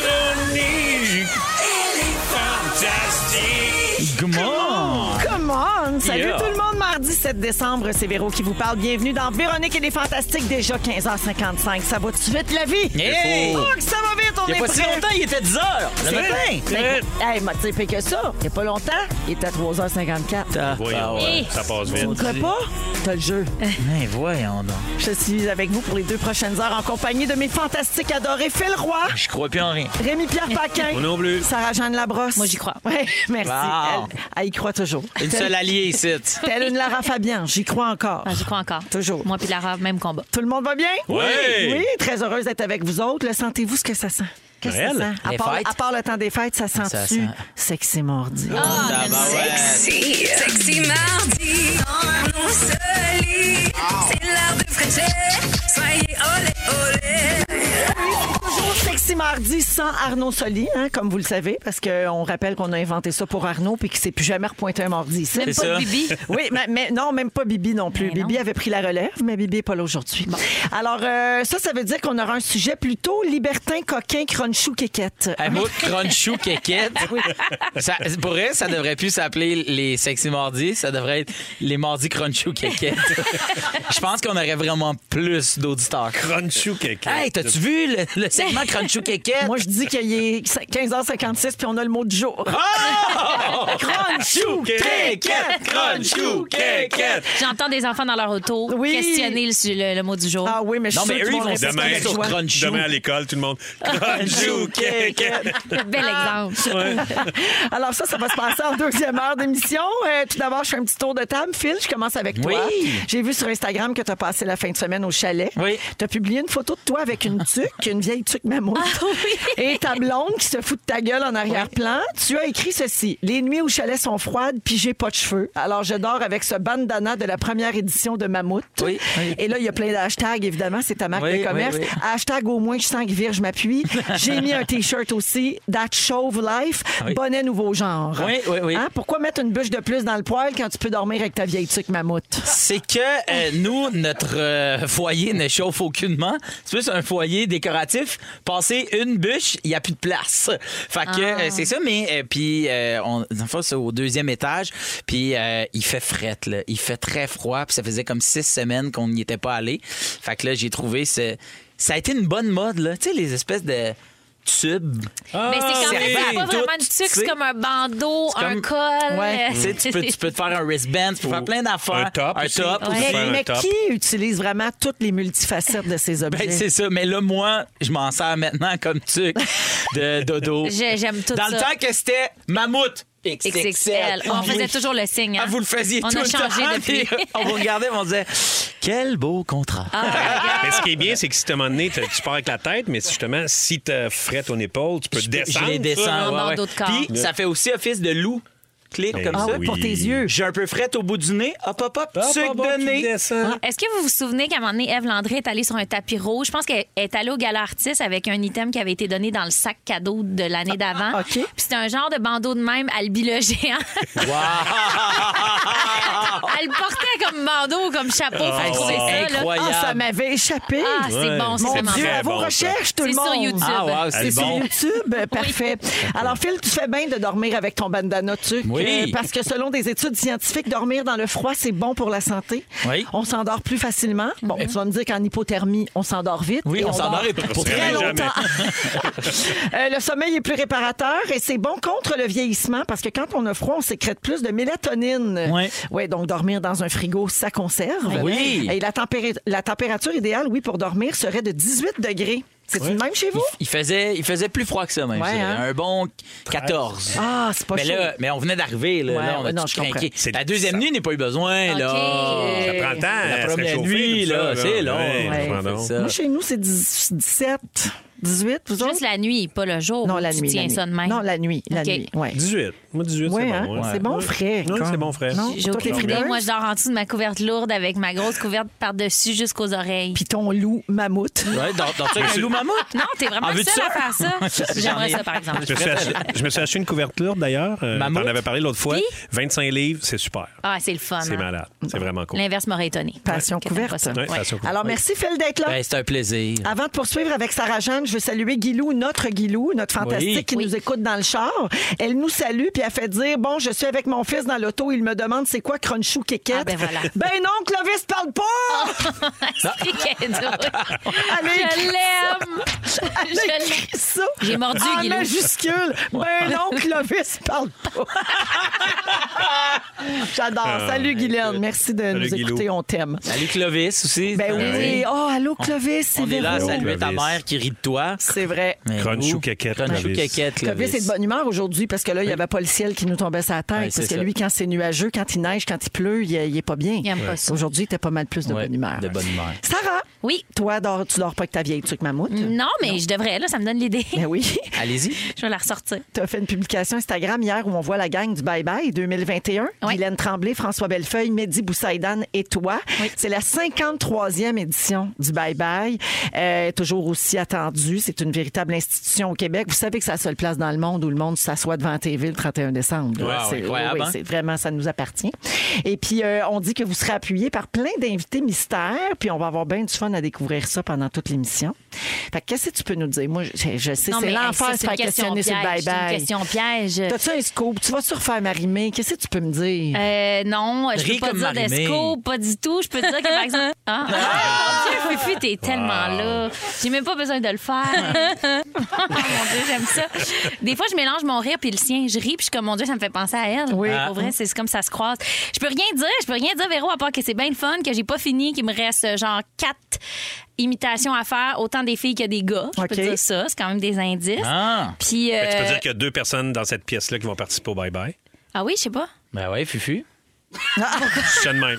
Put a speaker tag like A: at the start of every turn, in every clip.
A: Véronique, fantastique. Comment?
B: Come on! Salut
A: Yeah.
B: tout le monde, mardi 7 décembre, c'est Véro qui vous parle. Bienvenue dans Véronique et les Fantastiques, déjà 15h55. Ça va tout de suite la vie?
A: Hey!
B: Oh, que ça va vite, on
C: Il n'y
B: est
C: a pas
B: prêts.
C: si longtemps, il était 10 heures le
B: C'est
C: matin.
B: vrai. Ben, Hey, m'a dit fait que ça, il n'y a pas longtemps, il était à 3h54.
C: Ah,
A: Oui,
C: bah ouais.
A: ça passe
B: Tu
A: vite.
B: ne crois pas? T'as le jeu.
C: Mais voyons donc.
B: Je suis avec vous pour les deux prochaines heures en compagnie de mes fantastiques adorés Phil Roy,
C: Je crois plus en rien.
B: Rémi-Pierre Paquin,
A: Moi non plus.
B: Sarah-Jeanne Labrosse. Moi, j'y crois. Ouais, merci.
C: Wow.
B: Elle, elle y croit toujours.
C: Une seule alliée ici.
B: Telle une Lara Fabian, j'y crois encore.
D: Ah, J'y crois encore.
B: Toujours.
D: Moi puis Lara, même combat.
B: Tout le monde va bien?
A: Oui.
B: Oui, très heureuse d'être avec vous autres. Le sentez-vous ce que ça sent? Qu'est-ce que ça
A: Réel.
B: sent? À
C: Les
B: part,
C: fêtes.
B: à part le temps des fêtes, ça sent-tu
C: Ça sent.
B: sexy mardi?
C: Ah, bah ouais.
E: Sexy. Sexy mardi. On se lit. C'est l'heure de fraîcher. Soyez olé olé.
B: Toujours sexy mardi sans Arnaud Soli, hein, comme vous le savez, parce qu'on rappelle qu'on a inventé ça pour Arnaud puis qu'il s'est plus jamais repointé un mardi. ici.
D: Même
C: C'est
D: pas
C: ça.
D: de Bibi.
B: Oui, mais, mais non, même pas Bibi non plus.
D: Mais non.
B: Bibi avait pris la relève, mais Bibi n'est pas là aujourd'hui. Alors, euh, ça, ça veut dire qu'on aura un sujet plutôt libertin, coquin, crunchou, quéquette.
C: Hamouk, Crunchou, Kékette. Ça, pour vrai, ça devrait plus s'appeler les sexy mardis, ça devrait être les mardis Crunchou, Kékette. Je pense qu'on aurait vraiment plus d'auditeurs.
A: Crunchou quelqu'un.
C: Hey, t'as-tu vu le, le segment Crunchou, Kékette?
B: Moi, je dis qu'il est 15h56 puis on a le mot du jour. crunchou,
C: Kékette, Ah! Crunchou, Kékette.
D: J'entends des enfants dans leur auto
B: Oui.
D: questionner le, le- le mot du jour.
B: Ah oui, mais je
C: Non,
B: suis
C: mais
B: sûre
C: eux,
B: qu'ils
C: ils vont
B: vont répéter
A: demain,
B: avec
C: sur
B: joie.
C: Crunchou.
A: Demain à l'école, tout le monde. Crunchou quelqu'un.
D: Bel exemple.
B: Alors ça, ça va se passer en deuxième heure d'émission. Euh, tout d'abord, je fais un petit tour de table. Phil, je commence avec toi.
C: Oui.
B: J'ai vu sur Instagram que tu as passé la fin de semaine au chalet.
C: Oui.
B: Tu as publié une photo de toi avec une tuque, une vieille tuque mammouth.
C: Ah
B: Et ta blonde qui se fout de ta gueule en arrière-plan. Tu as écrit ceci. Les nuits au chalet sont froides, puis j'ai pas de cheveux. Alors je dors avec ce bandana de la première édition de Mammouth.
C: Oui, oui.
B: Et là, il y a plein de hashtags, évidemment. C'est ta marque
C: Oui,
B: de
C: oui,
B: commerce.
C: oui.
B: Hashtag au moins je sens que Vierge m'appuie. J'ai mis un T-shirt aussi. That Chauve Life.
C: Ah Oui.
B: Bonnet nouveau genre.
C: Oui, oui, oui.
B: Hein? Pourquoi mettre une bûche de plus dans le poêle quand tu peux dormir avec ta vieille tuque mammouth?
C: c'est que euh, nous, notre euh, foyer ne chauffe aucunement. C'est plus un foyer décoratif. Passer une bûche, il n'y a plus de place. Fait que
D: Ah.
C: euh, c'est ça, mais euh, puis euh, on, dans le fond, c'est au deuxième étage, puis euh, il fait fret, là. il fait très froid, puis ça faisait comme six semaines qu'on n'y était pas allé. Fait que là, j'ai trouvé ce... ça a été une bonne mode là, tu sais les espèces de tubes.
D: mais c'est quand même
C: c'est
D: pas
C: tout,
D: vraiment une tuque,
C: tu sais.
D: c'est comme un bandeau,
C: C'est
D: un
C: comme-
D: col.
B: Ouais.
C: Tu sais, tu peux, tu peux te faire un wristband, tu peux faire plein d'affaires.
A: Un top
C: Un
A: aussi.
C: top.
A: Ouais.
C: aussi.
B: Mais,
A: faire un
B: mais
A: top.
B: qui utilise vraiment toutes les multifacettes de ces objets?
C: Ben, c'est ça. Mais là, moi, je m'en sers maintenant comme truc de dodo.
D: J'ai- J'aime tout
C: Dans
D: ça.
C: le temps que c'était mammouth XXL.
D: XXL. On
C: Ah, vous-
D: faisait toujours le signe. hein.
C: Ah, vous le faisiez
D: On
C: tout
D: a
C: le
D: changé
C: temps.
D: depuis.
C: Puis, on vous regardait on disait quel beau contrat.
D: Ah,
A: Mais ce qui est bien, c'est que si tu moment donné, t'as- tu pars avec la tête, mais justement, si tu frais ton épaule, tu peux
C: Je-
A: descendre.
C: Je les
D: En
C: descends. ouais, ouais.
D: bandeau de corps.
C: Puis ça fait aussi office de loup. Clic
A: Ben
C: comme
B: Ah
C: ça.
B: oui, pour tes
A: Oui.
B: yeux.
C: J'ai un peu frette au bout du nez. Hop, hop, hop.
A: Hop,
C: sucre
A: hop, hop,
C: de
A: tu
C: nez.
A: descends.
D: Est-ce que vous vous souvenez qu'à un moment donné, Eve Landry est allée sur un tapis rouge? Je pense qu'elle est allée au gala artiste avec un item qui avait été donné dans le sac cadeau de l'année d'avant.
B: OK.
D: Puis c'était un genre de bandeau de même, Albi le géant. Elle le portait comme bandeau, comme chapeau. Fait que
C: wow.
D: c'est ça, là.
C: Incroyable.
B: Ah, ça m'avait échappé.
D: Ah, c'est
A: Ouais.
D: bon,
B: Mon
D: c'est
B: Dieu,
D: vraiment
B: à
A: très
B: vos
A: bon, ça.
B: recherches, tout le
D: C'est
B: monde.
D: sur YouTube.
C: Ah, wow,
B: C'est
C: c'est
B: sur
C: bon.
B: YouTube, Euh, parfait. Alors Phil, tu fais bien de dormir avec ton bandana tuc,
C: Oui.
B: euh, parce que selon des études scientifiques, dormir dans le froid c'est bon pour la santé.
C: Oui. Mm-hmm.
B: On s'endort plus facilement. Bon, tu vas me dire qu'en hypothermie, on s'endort vite.
C: Oui,
B: Et
C: on s'endort
B: dort
C: et pour
B: pour
A: très
B: très
A: jamais.
B: longtemps. Euh, le sommeil est plus réparateur et c'est bon contre le vieillissement parce que quand on a froid, on sécrète plus de mélatonine.
C: Ouais.
B: Ouais, donc dormir dans un frigo, ça conserve.
C: Oui.
B: Et la, tempéri- la température idéale, oui, pour dormir serait de 18 degrés. C'est-tu le même chez vous?
C: Il faisait, il faisait plus froid que ça, même.
B: Ouais,
C: je dirais.
B: hein?
C: Un bon 14.
B: Ah, c'est pas
C: mais là, mais on venait d'arriver, là,
B: Ouais,
C: Là, on a
B: ouais, non,
C: tout
B: je
C: craqué.
B: comprends.
C: La deuxième nuit, il n'est pas eu besoin,
D: OK.
C: là.
A: Ça prend le temps. à
C: La
A: se
C: première
A: réchauffer,
C: nuit,
A: tout ça,
C: là, c'est long.
A: Ouais,
B: Ouais.
A: pardon.
C: C'est ça.
B: Moi, chez nous, c'est 10 17. 18, vous autres?
D: Juste la nuit, pas le jour.
B: Non, la
D: tu
B: nuit. la
D: tiens
B: nuit.
D: ça de même.
B: Non, la nuit. La
D: OK.
B: nuit, ouais.
A: 18. Moi, 18,
B: Ouais,
A: c'est
B: hein?
A: bon. ouais.
B: C'est bon
A: Ouais.
B: frais,
A: Ouais,
B: comme.
A: c'est bon frais.
B: Non?
D: J'ai
B: Toi,
D: aucune
B: t'es
D: idée.
B: frileuse?
D: Moi, je dors en dessous de ma couverte lourde avec ma grosse couverte par-dessus jusqu'aux oreilles.
B: Puis ton loup mammouth.
C: Ouais, dans, dans un loup mammouth. hein?
D: Non, t'es vraiment
C: En
D: le
C: veux-tu
D: seul
C: ça?
D: à faire ça. J'aimerais
C: J'en ai-
D: ça, par exemple.
A: Je me, suis acheté, je me suis acheté une couverture d'ailleurs. Euh, T'en
C: Mammouth?
A: avais parlé l'autre fois.
D: Oui.
A: 25 livres, c'est super.
D: Ah, c'est le fun.
A: C'est
D: hein.
A: malade. C'est vraiment cool.
D: L'inverse m'aurait étonné.
B: Passion couverte.
A: Ouais, passion couverte.
B: Alors, merci, Phil, d'être là.
C: Ben, c'est un plaisir.
B: Avant de poursuivre avec Sarah Jeanne, je veux saluer Guilou, notre Guilou, notre fantastique
C: Oui.
B: qui
D: Oui.
B: nous écoute dans le char. Elle nous salue puis elle fait dire Bon, je suis avec mon fils dans l'auto, il me demande c'est quoi Crunchou Kékette.
D: Ah, ben voilà.
B: Ben non, Clovis parle pas!
D: Ah, Je l'aime.
B: Elle a
D: Je l'aime.
B: écrit ça
D: J'ai mordu,
B: en
D: Guilou.
B: majuscule. Ben non, Clovis parle pas. J'adore.
C: Ah,
B: Salut, Guylaine. Merci de nous
A: Guilou.
B: écouter. On t'aime.
C: Salut Clovis aussi.
B: Ben oui.
D: oui.
B: Oh, allô, Clovis, c'est
C: Ah, On est là à
B: Véro.
C: saluer ta
A: Clovis.
C: mère qui rit de toi.
B: C'est vrai.
C: Mais
A: Crunch
C: vous,
A: ou caquette,
C: Ben Crunch ou
A: Clovis.
C: caquette,
B: Clovis est de bonne humeur aujourd'hui parce que là, il n'y avait pas le ciel qui nous tombait sur la tête.
C: Ouais,
B: parce
C: c'est
B: que
C: ça.
B: lui, quand c'est nuageux, quand il neige, quand il pleut, il, il est pas bien.
D: Il aime pas ça.
B: Aujourd'hui, t'es pas mal plus de
C: Ouais,
B: bonne humeur.
C: de bonne humeur.
B: Sarah,
D: Oui. Mm.
B: toi, dors, tu dors pas avec ta vieille truc mammouth?
D: Non, mais je devrais. Là, ça me donne l'idée.
B: Ben oui.
C: Allez-y.
D: Je vais la ressortir.
B: Tu as fait une publication Instagram hier où on voit la gang du Bye Bye 2021.
D: Oui.
B: Guylaine Tremblay, François Bellefeuille, Mehdi Boussaïdan et toi.
D: Oui.
B: C'est la 53e édition du Bye Bye. Euh, toujours aussi attendue. C'est une véritable institution au Québec. Vous savez que c'est la seule place dans le monde où le monde s'assoit devant TV le 31 décembre.
C: Wow,
B: c'est
C: incroyable, hein?
B: c'est vraiment, ça nous appartient. Et puis, euh, on dit que vous serez appuyé par plein d'invités mystères. Puis, on va avoir bien du fun à découvrir ça pendant toute l'émission. Fait que, qu'est-ce que tu peux nous dire? Moi, je, je sais,
D: Non,
B: c'est
D: mais, hey,
B: l'enfer
D: ça,
B: de se faire questionner sur le
D: piège. C'est une
B: bye-bye.
D: question piège.
B: T'as-tu un scoop? Tu vas te refaire marimée? Qu'est-ce que tu peux me dire?
D: Euh, non, je
C: Ris
D: peux pas
C: comme
D: dire
C: Marie-Mé.
D: d'esco, pas du tout. Je peux te dire que par exemple. Ah, ah, mon Dieu, Fufu, t'es tellement là. J'ai même pas besoin de le faire. oh mon Dieu, j'aime ça. Des fois, je mélange mon rire puis le sien. Je ris puis je suis comme, mon Dieu, ça me fait penser à elle.
B: Oui.
D: Pour vrai, c'est c'est comme ça se croise. Je peux rien dire, je peux rien dire, Véro, à part que c'est bien le fun, que j'ai pas fini, qu'il me reste euh, genre quatre imitations à faire, autant des filles que des gars. Je peux
B: OK.
D: te dire ça, c'est quand même des indices.
C: Ah.
D: Puis.
A: Fait que Tu
D: euh,
A: peux dire qu'il y a deux personnes dans cette pièce-là qui vont participer au Bye Bye.
D: Ah oui, je sais pas.
C: Ben ouais, Fufu.
A: Je suis de même.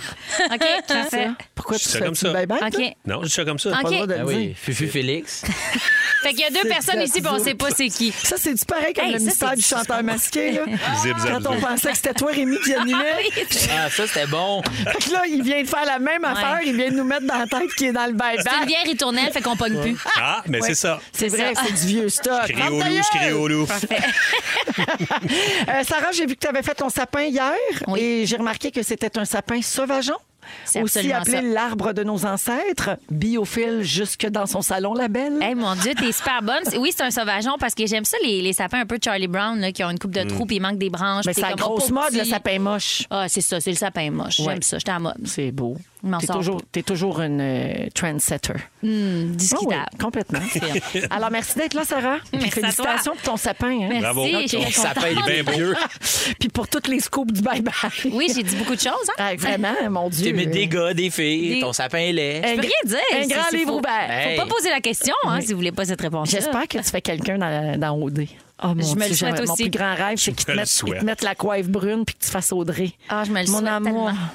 D: OK, parfait.
B: Pourquoi
A: je
B: tu
A: fais
B: fais
A: comme
B: ça?
A: ça.
B: bye-bye? toi?
D: OK.
A: Non, je suis comme ça.
B: Pas le droit de
C: Ah
B: le
C: oui,
B: dire.
C: Fufu Félix.
D: Fait qu'il y a deux personnes ici, puis on sait pas c'est qui.
B: Ça, c'est du pareil comme
D: Hey,
B: le
D: ça,
B: mystère
D: c'est-
B: du chanteur masqué. Là.
A: Zip, zap,
B: Quand on
A: zoup.
B: pensait que c'était toi, Rémi, qui animait.
C: Ah, ça, c'était bon.
B: Fait que là, il vient de faire la même affaire. Il vient de nous mettre dans la tête qui est dans le
D: C'est une
B: bye-bye.
D: vieille ritournelle, fait qu'on pogne plus.
A: Ah, mais c'est ça.
B: C'est
D: C'est
B: vrai,
D: ça.
B: c'est du vieux stock.
A: Je crie au
B: Ferme ta
A: loup, je crie
B: gueule!
A: au loup.
B: Euh, Sarah, j'ai vu que tu avais fait ton sapin hier
D: Oui.
B: et j'ai remarqué que c'était un sapin sauvageon.
D: C'est
B: Aussi
D: absolument
B: appelé
D: ça.
B: l'arbre de nos ancêtres, biophile jusque dans son salon, la belle.
D: Hey, mon Dieu, t'es super bonne. C'est- Oui, c'est un sauvageon parce que j'aime ça, les, les sapins un peu Charlie Brown, là, qui ont une coupe de trous puis il manque des branches.
B: Mais
D: puis
B: c'est la
D: comme, oh,
B: grosse
D: pauvre
B: mode, le
D: petit.
B: sapin moche.
D: Ah, c'est ça, c'est le sapin moche.
B: Ouais.
D: J'aime ça, j'étais en mode.
B: C'est beau.
D: Il m'en
B: T'es
D: sort
B: toujours, t'es toujours une euh, trendsetter. Ah ouais,
D: Hmm, Discutable.
B: complètement. Alors, merci d'être là, Sarah. Puis
D: Merci à toi.
B: félicitations pour ton sapin. hein.
D: Merci,
A: Bravo.
D: j'étais
A: Ton
D: contente.
C: sapin,
A: Il est bien vieux.
B: Puis pour toutes les scoops du bye-bye.
D: Oui, j'ai dit beaucoup de choses. Hein?
B: Hey, Ah, vraiment, mon Dieu.
C: T'es mis des gars, des filles,
D: Des-
C: ton sapin est laid.
D: Je peux rien dire.
B: Un
D: C'est-
B: grand
D: c'est-
B: livre
D: faut-
B: ouvert.
C: Hey.
D: Faut pas poser la question hein, si vous voulez pas cette réponse.
B: J'espère que tu fais quelqu'un dans, dans OD. Oh mon
D: Je me
B: Dieu,
D: le souhaite
B: j'aimerais- Mon
D: aussi.
B: plus grand rêve, c'est qu'ils te,
A: me le
B: mettent- ils te
A: souhaite.
B: mettent la coiffe brune puis que tu fasses Audrey.
D: Ah, je me le
B: Mon
D: souhaite
B: amour. Ah,
D: tellement.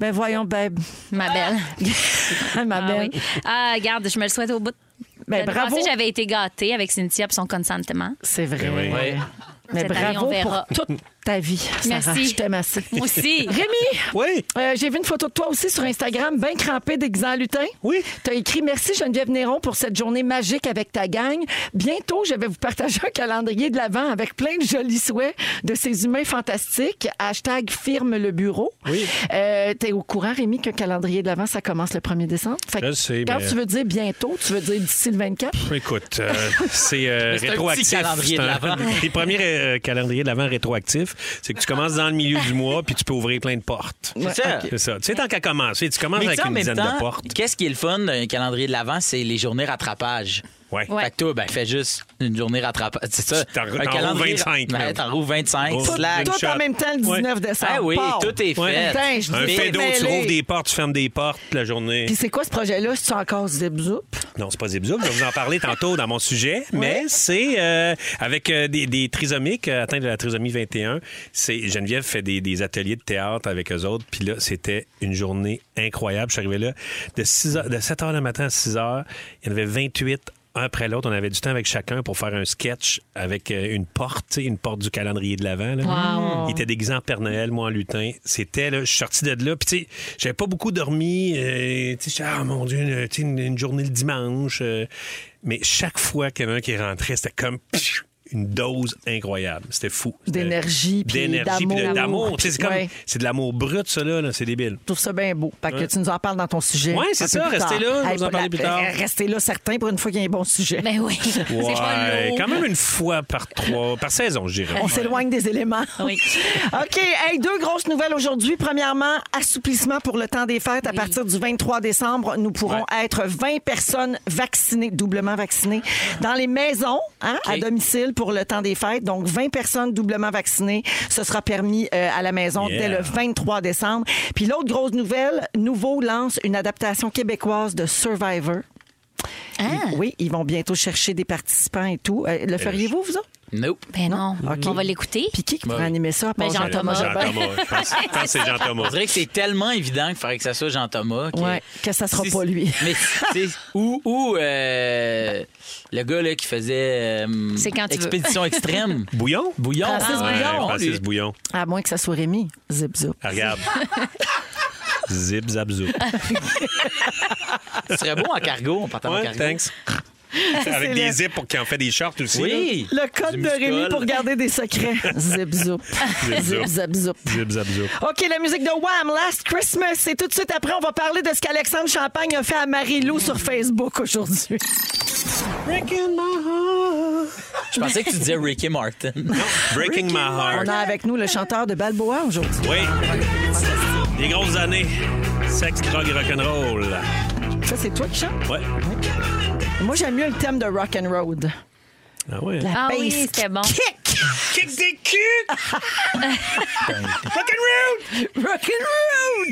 B: Ben voyons, babe.
D: Ma belle.
B: Ma
D: Ah,
B: belle.
D: oui. ah, regarde, je me le souhaite au bout.
B: Ben,
D: L'année
B: bravo.
D: passée, J'avais été gâtée avec Cynthia et son consentement.
B: C'est vrai.
A: Eh oui.
C: Ouais.
B: Mais
D: Cette année,
B: bravo
D: on verra.
B: pour toute ta vie. Sarah.
D: Merci.
B: Je t'aime assez.
D: Moi aussi.
B: Rémi,
A: Oui.
B: euh, j'ai vu une photo de toi aussi sur Instagram, bien crampé, déguisant en lutin.
A: Oui.
B: T'as écrit Merci Geneviève Néron pour cette journée magique avec ta gang. Bientôt, je vais vous partager un calendrier de l'Avent avec plein de jolis souhaits de ces humains fantastiques. Hashtag firme le bureau.
A: Oui.
B: Euh, T'es au courant, Rémi, que calendrier de l'Avent, ça commence le 1er décembre? Fait que
A: Je sais,
B: Quand
A: mais-
B: tu veux dire bientôt, tu veux dire d'ici le 24?
A: Écoute, euh, c'est euh,
C: Mais c'est un
A: rétroactif.
C: petit calendrier
A: C'est
C: de l'Avent.
A: Les premiers euh, calendriers de l'avant rétroactifs, c'est que tu commences dans le milieu du mois puis tu peux ouvrir plein de portes.
C: C'est ça.
A: C'est ça. Tu sais, tant qu'à commencer, tu commences
C: Mais tu
A: avec
C: sais, en
A: une
C: même
A: dizaine de
C: temps,
A: portes.
C: qu'est-ce qui est le fun d'un calendrier de l'avant, c'est les journées rattrapage.
A: Ouais.
D: Ouais.
C: Fait que toi, ben, fais juste une journée rattrapage. C'est ça.
A: Tu t'en- t'en roules 25,
C: Ben,
A: même.
C: t'en roules 25.
A: Oh.
C: slack.
A: Une
B: Tout en
A: shot.
B: même temps, le
A: Ouais.
B: 19 décembre.
C: Ah oui,
B: Part.
C: tout est fait.
A: Ouais.
B: Putain, je
A: Un
B: dis,
A: fait d'eau, tu
B: mêlé.
A: ouvres des portes, tu fermes des portes la journée.
B: Puis c'est quoi ce projet-là? C'est encore Zibzoup?
A: Non, c'est pas Zibzoub. Je vais vous en parler tantôt dans mon sujet. Mais c'est euh, avec euh, des, des trisomiques euh, atteints de la trisomie 21. C'est Geneviève fait des, des ateliers de théâtre avec eux autres. Puis là, c'était une journée incroyable. Je suis arrivé là de, 6 heures- de 7 h le matin à 6 h. Il y en avait 28 un après l'autre, on avait du temps avec chacun pour faire un sketch avec euh, une porte, tu sais, une porte du calendrier de l'Avent. là. Il était déguisé en Père Noël, moi en lutin. C'était, là, je suis sorti de là. Puis, tu sais, j'avais pas beaucoup dormi. euh, tu sais, ah mon Dieu, une, tu sais, une- une journée le dimanche. euh, mais chaque fois qu'il y en a un qui rentrait, c'était comme pfiou, une dose incroyable. C'était fou. C'était-
B: D'énergie, puis
A: D'énergie, puis de-
B: d'amour.
A: d'amour. Tu sais, C'est comme-
B: Ouais.
A: c'est de l'amour brut, ça, là. là. C'est débile.
B: Je trouve ça bien beau. Fait que tu nous en parles dans ton sujet.
A: Ouais, c'est
B: un peu
A: ça,
B: plus
A: restez
B: tard.
A: là, je vais vous en
B: pas-
A: parler plus tard.
B: Restez là, certains, pour une fois qu'il y a un bon sujet.
D: Ben oui. C'est pas
A: Ouais,
D: lourd.
A: quand même une fois par trois, par saison, je dirais.
B: On s'éloigne des éléments.
D: Oui.
B: OK. Hey, deux grosses nouvelles aujourd'hui. Premièrement, assouplissement pour le temps des fêtes. À partir du 23 décembre, nous pourrons être 20 personnes vaccinées, doublement vaccinées, dans les maisons, hein, à domicile pour le temps des fêtes. Donc, 20 personnes doublement vaccinées. Ce sera permis euh, à la maison
A: Yeah.
B: dès le 23 décembre. Puis l'autre grosse nouvelle, Nouveau lance une adaptation québécoise de Survivor.
D: Ah.
B: Oui, ils vont bientôt chercher des participants et tout. Euh, le feriez-vous, vous autres?
C: Nope.
D: Ben non.
B: OK.
D: On va l'écouter.
B: Puis qui qui pourrait animer ça? à part
D: Ben, Jean-Thomas
B: Jean-Thomas
D: Jean-
B: Jobin?
A: Euh, Jean-Thomas. Je pense, je pense que c'est
C: On
A: Jean-Thomas.
C: dirait que c'est tellement évident qu'il faudrait que ça soit Jean-Thomas. que-
B: Ouais, que ça sera
C: Si-
B: pas lui.
C: Mais, tu sais, ou, ou euh, le gars là, qui faisait euh,
D: C'est quand tu veux.
C: Expédition extrême.
A: Bouillon?
C: Bouillon.
B: Francis
A: Ouais,
B: Bouillon,
A: Francis
C: lui.
A: Bouillon.
B: À moins que ça soit Rémi. Zip zip.
A: Ah, regarde. Zip, zap, zoup.
C: Ce serait beau en cargo, on partant en
A: Ouais,
C: cargo.
A: thanks. Avec
B: C'est
A: des
B: le-
A: zips pour qu'il en fait des shorts aussi.
C: Oui.
B: Le code
C: Du
B: de Rémi
C: musical.
B: pour garder des secrets. Zip zoup.
A: Zip,
B: Zip
A: zoup.
B: zap zoup.
A: là. Zip, zap, zoup.
B: OK, la musique de Wham! Last Christmas. Et tout de suite après, on va parler de ce qu'Alexandre Champagne a fait à Marie-Lou sur Facebook aujourd'hui.
C: Je pensais que tu disais Ricky Martin.
A: Breaking my
B: On
A: heart.
B: a avec nous le chanteur de Balboa aujourd'hui.
A: Oui. Des grosses années. Sexe, drogue et rock'n'roll.
B: Ça, c'est toi qui chantes?
A: Ouais.
B: Moi, j'aime mieux le thème de Rock and Road.
A: Ah ouais.
B: La
D: Ah oui,
B: bass qui
D: c'était bon.
B: Kick!
A: Kick des culs! Rock'n'roll!
B: Rock and Road!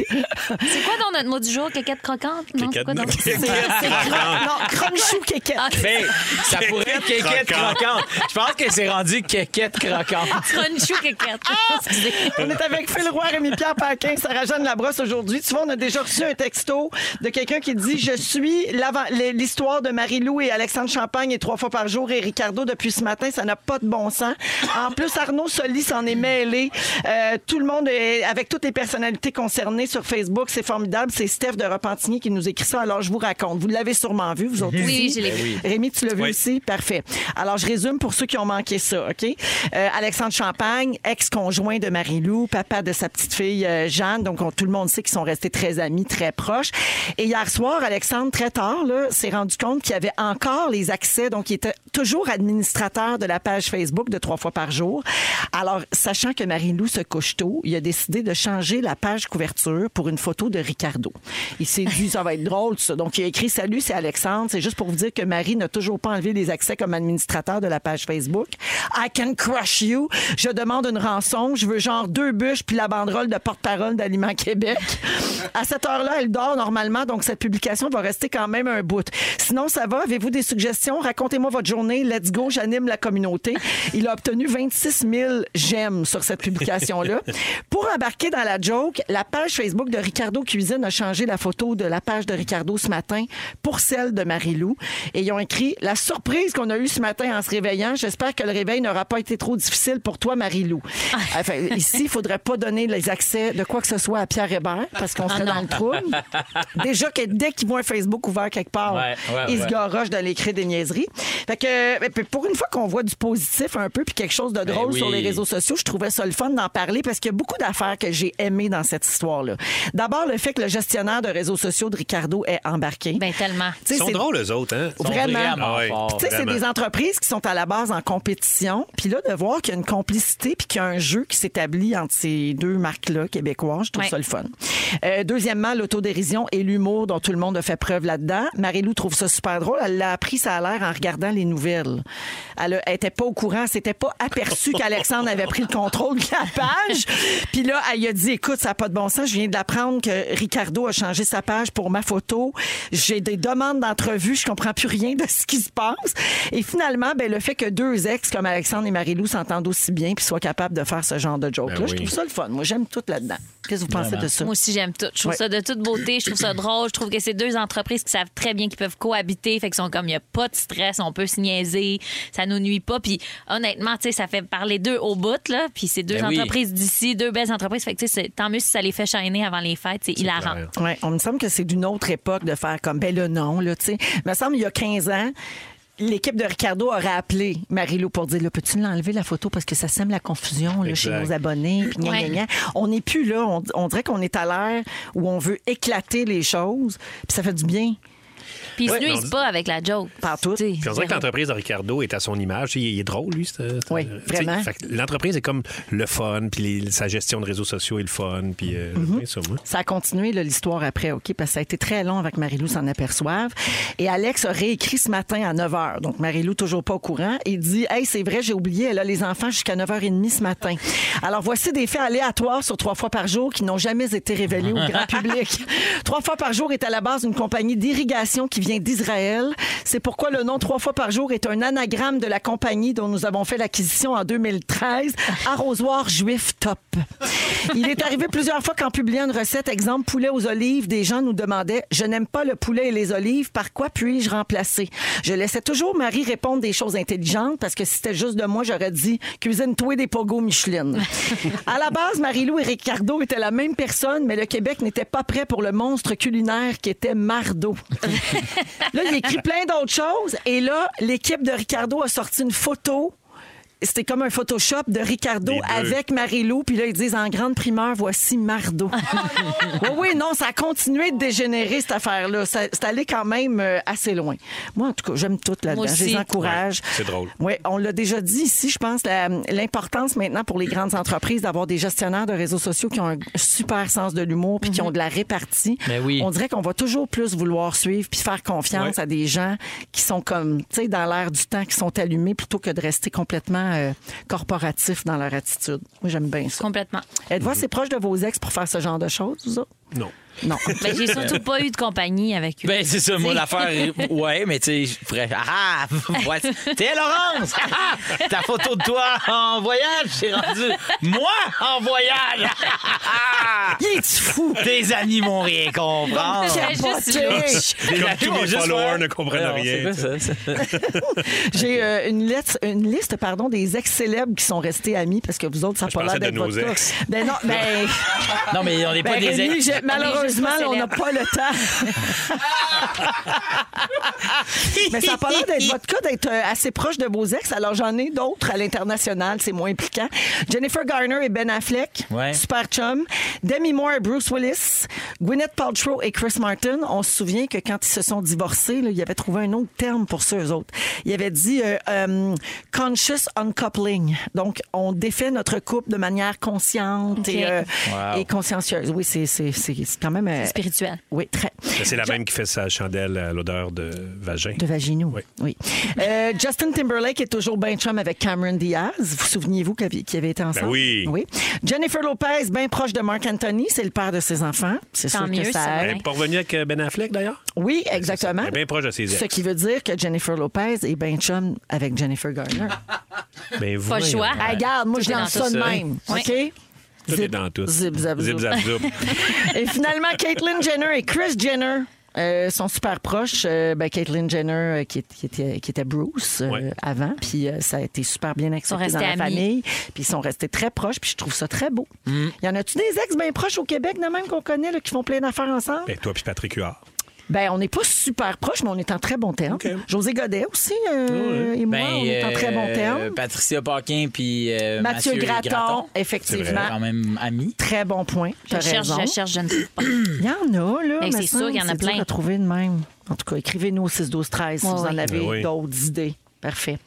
D: C'est quoi dans notre mot du jour? Quéquette croquante? Non, c'est quoi dans...
A: Ah,
B: Non, Chrome
D: Ah,
B: Kékette.
C: Ben, ça pourrait être Kékette
A: Kékette croquante.
C: croquante. Je pense que c'est rendu Kékette croquante.
D: Crunchou quéquette.
B: Ah!
D: Excusez.
B: On est avec Phil Roy, Rémi-Pierre Paquin, Sarah-Jeanne Labrosse aujourd'hui. Tu vois, on a déjà reçu un texto de quelqu'un qui dit « Je suis l'avant- l'histoire de Marie-Lou et Alexandre Champagne et trois fois par jour et Ricardo depuis ce matin. Ça n'a pas de bon sens. En plus, Arnaud Soli s'en est mêlé. Euh, tout le monde, est- avec toutes les personnalités concernées sur Facebook, c'est formidable. C'est Steph de Repentigny qui nous écrit ça. Alors, je vous raconte. Vous l'avez sûrement vu, vous autres
D: Oui,
B: aussi.
D: je l'ai vu.
B: Rémi, tu l'as vu
A: Oui.
B: aussi? Parfait. Alors, je résume pour ceux qui ont manqué ça, OK? Euh, Alexandre Champagne, ex-conjoint de Marie-Lou, papa de sa petite fille euh, Jeanne. Donc, on- tout le monde sait qu'ils sont restés très amis, très proches. Et hier soir, Alexandre, très tard, là, s'est rendu compte qu'il avait encore les accès. Donc, il était toujours administrateur de la page Facebook de trois fois par jour. Alors, sachant que Marie-Lou se couche tôt, il a décidé de changer la page couverture pour une photo de Ricardo. Il s'est dit, ça va être drôle, tout ça. Donc, il a écrit Salut, c'est Alexandre. C'est juste pour vous dire que Marie n'a toujours pas enlevé les accès comme administrateur de la page Facebook. I can crush you. Je demande une rançon. Je veux genre deux bûches puis la banderole de porte-parole d'Aliment Québec. À cette heure-là, elle dort normalement, donc cette publication va rester quand même un bout. Sinon, ça va? Avez-vous des suggestions? Racontez-moi votre journée. Let's go, j'anime la communauté. Il a obtenu 26 000 j'aime sur cette publication-là. Pour embarquer dans la joke, la page Facebook de Ricardo Cuisine a changé la photo de la page de Ricardo ce matin pour celle de Marie-Lou. Et ils ont écrit La surprise qu'on a eue ce matin en se réveillant, j'espère que le réveil n'aura pas été trop difficile pour toi, Marie-Lou.
C: Ah.
B: Enfin, ici, il faudrait pas donner les accès de quoi que ce soit à Pierre Hébert parce
C: Ah,
B: qu'on serait dans le trouble. Déjà que dès qu'ils voient un Facebook ouvert quelque part,
C: Ouais, ouais,
B: ils se
C: ouais.
B: garochent de l'écrire des niaiseries. Fait que, euh, puis pour une fois qu'on voit du positif un peu puis quelque chose de
C: Ben
B: drôle
C: oui.
B: sur les réseaux sociaux, je trouvais ça le fun d'en parler parce qu'il y a beaucoup d'affaires que j'ai aimées dans cette histoire-là. D'abord, le fait que le gestionnaire de réseaux sociaux de Ricardo est embarqué.
D: Ben tellement.
B: Tu sais,
A: Ils sont
B: c'est-
A: drôles, eux autres, hein?
C: Ils sont
B: Vraiment.
A: Ah ouais.
C: forts.
B: puis tu sais, c'est
A: Vraiment.
B: des entreprises qui sont à la base en compétition. Puis là, de voir qu'il y a une complicité puis qu'il y a un jeu qui s'établit entre ces deux marques-là, québécois, je trouve
D: Ouais.
B: ça le fun. Euh, deuxièmement, l'autodérision et l'humour dont tout le monde a fait preuve là-dedans. Marie-Lou trouve ça super drôle. Elle l'a appris, ça a l'air, en regardant les nouvelles. Elle n'était pas au courant. C'était pas pas aperçu qu'Alexandre avait pris le contrôle de la page. Puis là, elle lui a dit Écoute, ça n'a pas de bon sens, je viens d'apprendre que Ricardo a changé sa page pour ma photo. J'ai des demandes d'entrevue, je comprends plus rien de ce qui se passe. Et finalement, ben, le fait que deux ex comme Alexandre et Marie-Lou s'entendent aussi bien puis soient capables de faire ce genre de joke-là,
A: Ben oui.
B: je trouve ça le fun. Moi, j'aime tout là-dedans. Qu'est-ce que vous pensez de ça?
D: Moi aussi, j'aime tout. Je trouve
B: Ouais.
D: ça de toute beauté. Je trouve ça drôle. Je trouve que c'est deux entreprises qui savent très bien qu'ils peuvent cohabiter. Fait qu'ils sont comme, il n'y a pas de stress. On peut se niaiser. Ça nous nuit pas. Puis honnêtement, tu sais, ça fait parler d'eux au bout, là. Puis c'est deux
C: Ben oui.
D: entreprises d'ici, deux belles entreprises. Fait que, tu sais, c'est- tant mieux si ça les fait shiner avant les fêtes. C'est hilarant.
A: clair.
B: Ouais, on me semble que c'est d'une autre époque de faire comme ben le non là, tu sais. Me semble il y a 15 ans, l'équipe de Ricardo aurait appelé Marie-Lou pour dire là, peux-tu l'enlever la photo parce que ça sème la confusion là, chez
A: Exact.
B: nos abonnés puis gna,
D: Ouais.
B: gna, gna. On n'est plus là, on, on dirait qu'on est à l'ère où on veut éclater les choses, puis ça fait du bien.
D: Puis ils se
A: Ouais, mais on
D: nuisent
A: dit-
D: pas avec la joke.
B: Partout.
D: Tu sais,
A: Puis on dirait que
D: zéro.
A: l'entreprise de Ricardo est à son image. Il est, il est drôle, lui. c'est- c'est-
B: Oui,
A: tu sais,
B: vraiment.
A: fait que L'entreprise est comme le fun, puis les- sa gestion de réseaux sociaux est le fun. Puis euh,
B: Mm-hmm.
A: j'aime bien ça, moi.
B: Ça a continué là, l'histoire après, OK? Parce que ça a été très long avec Marie-Lou s'en aperçoive. Et Alex a réécrit ce matin à 9 h. Donc, Marie-Lou, toujours pas au courant. Il dit Hey, c'est vrai, j'ai oublié, elle a les enfants jusqu'à 9 h 30 ce matin. Alors, voici des faits aléatoires sur trois fois par jour qui n'ont jamais été révélés au grand public. trois fois par jour est à la base une compagnie d'irrigation qui vient d'Israël. C'est pourquoi le nom trois fois par jour est un anagramme de la compagnie dont nous avons fait l'acquisition en 2013, Arrosoir Juif Top. Il est arrivé plusieurs fois qu'en publiant une recette, exemple poulet aux olives, des gens nous demandaient Je n'aime pas le poulet et les olives, par quoi puis-je remplacer Je laissais toujours Marie répondre des choses intelligentes parce que si c'était juste de moi, j'aurais dit Cuisine-toi des pogos Micheline. à la base, Marie-Lou et Ricardo étaient la même personne, mais le Québec n'était pas prêt pour le monstre culinaire qui était Mardo. Là, il écrit plein d'autres choses. Et là, l'équipe de Ricardo a sorti une photo. C'était comme un Photoshop de Ricardo
A: Des deux.
B: avec Marie-Lou. Puis là, ils disent en grande primeur, voici Mardo. oui, oui, non, ça a continué de dégénérer, cette affaire-là. Ça- C'est allé quand même euh, assez loin. Moi, en tout cas, j'aime tout là-dedans.
D: Moi
B: Je les
D: aussi.
B: encourage.
A: Ouais, c'est drôle.
B: Oui, on l'a déjà dit ici, je pense, la- l'importance maintenant pour les grandes entreprises d'avoir des gestionnaires de réseaux sociaux qui ont un super sens de l'humour puis qui ont de la répartie.
C: Ben oui.
B: On dirait qu'on va toujours plus vouloir suivre puis faire confiance
A: Ouais.
B: à des gens qui sont comme, tu sais, dans l'air du temps, qui sont allumés plutôt que de rester complètement euh, corporatifs dans leur attitude. Moi, j'aime bien ça.
D: Complètement.
B: Êtes-vous assez proche de vos ex pour faire ce genre de choses, vous autres?
A: Non.
B: Non.
D: Ben, j'ai surtout pas eu de compagnie avec eux.
C: Ben, c'est ça, moi, l'affaire. Ouais, mais tu sais, je ferais. Ah, ah, what? T'es Laurence! Ah, ah, ta photo de toi en voyage, c'est rendu. Moi en voyage! Ah, ah,
B: Il est fou!
C: ah. Tes amis m'ont rien comprendre.
D: J'avais juste-
C: Les
A: Comme
C: amis
A: tous
C: vont
A: mes
C: juste
A: followers
C: faire-
A: ne comprennent
C: Non,
A: rien,
C: c'est quoi ça, ça?
B: J'ai euh, une, lettre- une liste pardon, des ex-célèbres qui sont restés amis parce que vous autres, ça n'a
A: Je
B: pas l'air
A: pensais
B: d'être
A: de nos
B: votre cas.
A: ex.
B: Ben non, ben,
C: Non, mais on n'est
B: ben,
C: pas des
B: Rémi,
C: ex.
B: j'ai- malheureusement,
D: On est juste pas
B: là, on n'a
D: célèbres.
B: pas le temps. Mais ça n'a pas l'air d'être votre cas d'être euh, assez proche de vos ex. Alors, j'en ai d'autres à l'international, c'est moins impliquant. Jennifer Garner et Ben Affleck,
C: Ouais.
B: super chum. Demi Moore et Bruce Willis, Gwyneth Paltrow et Chris Martin. On se souvient que quand ils se sont divorcés, là, ils avaient trouvé un autre terme pour ça, eux autres. Ils avaient dit euh, euh, conscious uncoupling. Donc, on défait notre couple de manière consciente
D: Ok.
B: et, euh,
C: Wow.
B: et consciencieuse. Oui, c'est c'est- c'est- c'est quand même... euh,
D: Spirituel.
B: oui, très.
A: Mais C'est la même qui fait sa chandelle à l'odeur de vagin.
B: De vaginou. Oui.
A: Oui.
B: Euh, Justin Timberlake est toujours ben chum avec Cameron Diaz. Vous souvenez-vous qu'il avait- qu'il avait été ensemble?
A: Ben oui.
B: Jennifer Lopez, bien proche de Mark Anthony. C'est le père de ses enfants. C'est
D: Tant
B: sûr que
D: mieux,
B: ça
D: ça.
B: aide.
A: Elle est pas revenue avec Ben Affleck, d'ailleurs?
B: Oui,
A: Elle
B: exactement.
A: est bien proche de ses
B: Ce
A: ex.
B: qui veut dire que Jennifer Lopez est ben chum avec Jennifer Garner.
A: Ben,
D: Pas le
A: voyons.
D: choix.
B: Hey, Regarde, moi, je
D: est
B: lance
D: dans
B: ça de
C: tout ça.
B: même.
D: Oui.
B: OK?
A: Tout est dans tout.
B: Zip, zap,
A: Zip,
B: zoup.
A: zap, zoup.
B: Et finalement, Caitlyn Jenner et Chris Jenner. euh, sont super proches. Euh, ben, Caitlyn Jenner, euh, qui, est- qui était, qui était Bruce euh,
A: Ouais.
B: avant, puis euh, ça a été super bien accepté dans
D: restés
B: la
D: amis.
B: famille. Puis ils sont restés très proches, puis je trouve ça très beau.
A: Mm.
B: Y en a-tu des ex bien proches au Québec, de même qu'on connaît, là, qui font plein d'affaires ensemble?
A: Ben, toi puis Patrick Huard.
B: Ben, on n'est pas super proches, mais on est en très bon terme.
A: OK.
B: José Godet aussi, euh, et moi,
C: Ben,
B: on est en très bon
C: euh,
B: terme.
A: ben,
C: Patricia Paquin puis euh,
B: Mathieu, Gratton,
A: C'est
B: effectivement.
A: vrai.
C: Quand même amis.
B: Très bon point.
D: Je
B: T'as
D: cherche,
B: raison.
D: je cherche, je ne trouve pas.
B: Il y en a, là.
D: Mais
B: me
D: Ben, c'est sûr
B: semble.
D: qu'il y en a
B: C'est dur
D: plein.
B: à trouver de même. En tout cas, écrivez-nous au 6 12 13 si
D: Ouais,
B: vous en
D: ouais.
B: avez
A: Ben oui.
B: d'autres idées. Parfait.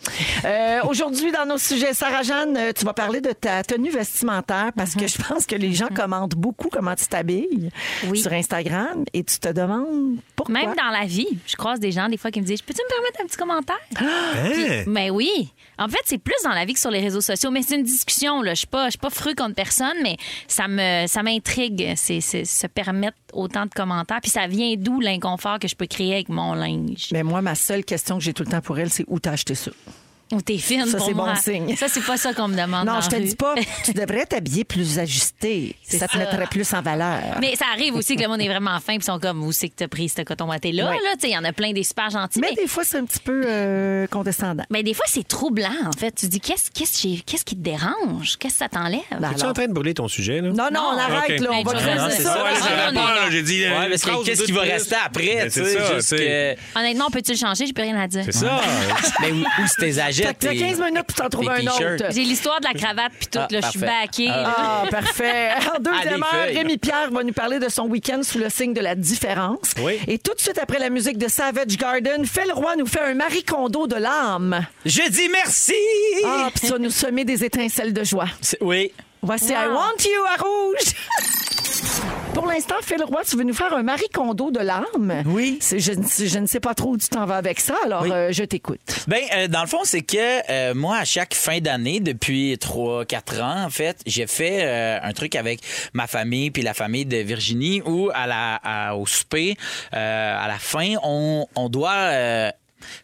B: Euh, Aujourd'hui, dans nos sujets, Sarah-Jeanne, euh, tu vas parler de ta tenue vestimentaire parce
D: Mhm.
B: que je pense que les gens commentent beaucoup comment tu t'habilles
D: Oui.
B: sur Instagram et tu te demandes pourquoi.
D: Même dans la vie, je croise des gens des fois qui me disent Peux-tu me permettre un petit commentaire
A: Hein?
D: Mais oui. En fait, c'est plus dans la vie que sur les réseaux sociaux. Mais c'est une discussion. Là. Je ne suis pas, je suis pas fru contre personne, mais ça me ça m'intrigue. C'est, c'est- se permettre autant de commentaires. Puis ça vient d'où l'inconfort que je peux créer avec mon linge.
B: Mais moi, ma seule question que j'ai tout le temps pour elle, c'est où t'as acheté ça?
D: Ou t'es fine
B: Ça,
D: pour
B: c'est bon
D: moi.
B: signe.
D: Ça, c'est pas ça qu'on me demande.
B: Non,
D: en
B: je te
D: rue.
B: dis pas. Tu devrais t'habiller plus ajusté.
D: C'est
B: Ça te
D: ça.
B: mettrait plus en valeur.
D: Mais ça arrive aussi que le monde est vraiment fin puis ils sont comme où c'est que t'as pris ce coton watté là
B: Ouais.
D: là, tu sais, il y en a plein des super gentils.
B: Mais
D: mais-
B: des fois, c'est un petit peu euh, condescendant.
D: Mais des fois, c'est troublant, en fait. Tu te dis, qu'est-ce qu'est-ce qui- qu'est-ce qui te dérange? Qu'est-ce que ça t'enlève?
B: Ben,
A: Es-tu en train de brûler ton sujet, là?
B: Non, non, on
D: Non.
B: arrête,
A: Ok.
B: là. On va
D: Ben,
B: creuser
D: non,
B: ça.
D: c'est ça,
A: Ouais,
D: Ah,
A: j'avais
D: non, non,
A: peur,
D: non.
A: là, j'ai dit. euh,
C: Ouais,
A: une
C: parce que
A: phrase,
C: qu'est-ce
A: deux
C: qui
A: de
C: va
A: plus.
C: rester après?
A: Ben,
C: tu
A: c'est
C: sais,
A: ça,
C: juste
A: tu sais.
C: que-
D: Honnêtement, on peut-tu le changer? J'ai plus rien à dire.
A: C'est ça.
C: Mais où, où c'est tes
B: Fait
C: agettes?
B: que t'as 15 minutes pour t'en trouver un
C: t-shirts.
B: autre.
D: J'ai l'histoire de la cravate puis tout,
C: Ah,
D: là, je suis
C: parfait.
D: baquée.
C: Ah.
D: là.
B: Ah, parfait. En deuxième
C: Ah, les
B: heure,
C: feuilles.
B: Rémi Pierre va nous parler de son week-end sous le signe de la différence.
A: Oui.
B: Et tout de suite après la musique de Savage Garden, Phil Roy nous fait un Marie Kondo de l'âme.
C: Je dis merci!
B: Ah, puis ça nous semer des étincelles de joie.
C: C'est- Oui.
B: Voici I
D: Wow.
B: Want You à rouge. Pour l'instant, Phil Roy, tu veux nous faire un Marie Kondo de l'âme.
C: Oui.
B: C'est- Je, ne- je ne sais pas trop où tu t'en vas avec ça, alors
C: Oui.
B: euh, je t'écoute.
C: Ben, euh, dans le fond, c'est que euh, moi, à chaque fin d'année, depuis 3-4 ans, en fait, j'ai fait euh, un truc avec ma famille puis la famille de Virginie où, à la, à- au souper, euh, à la fin, on, on doit... euh,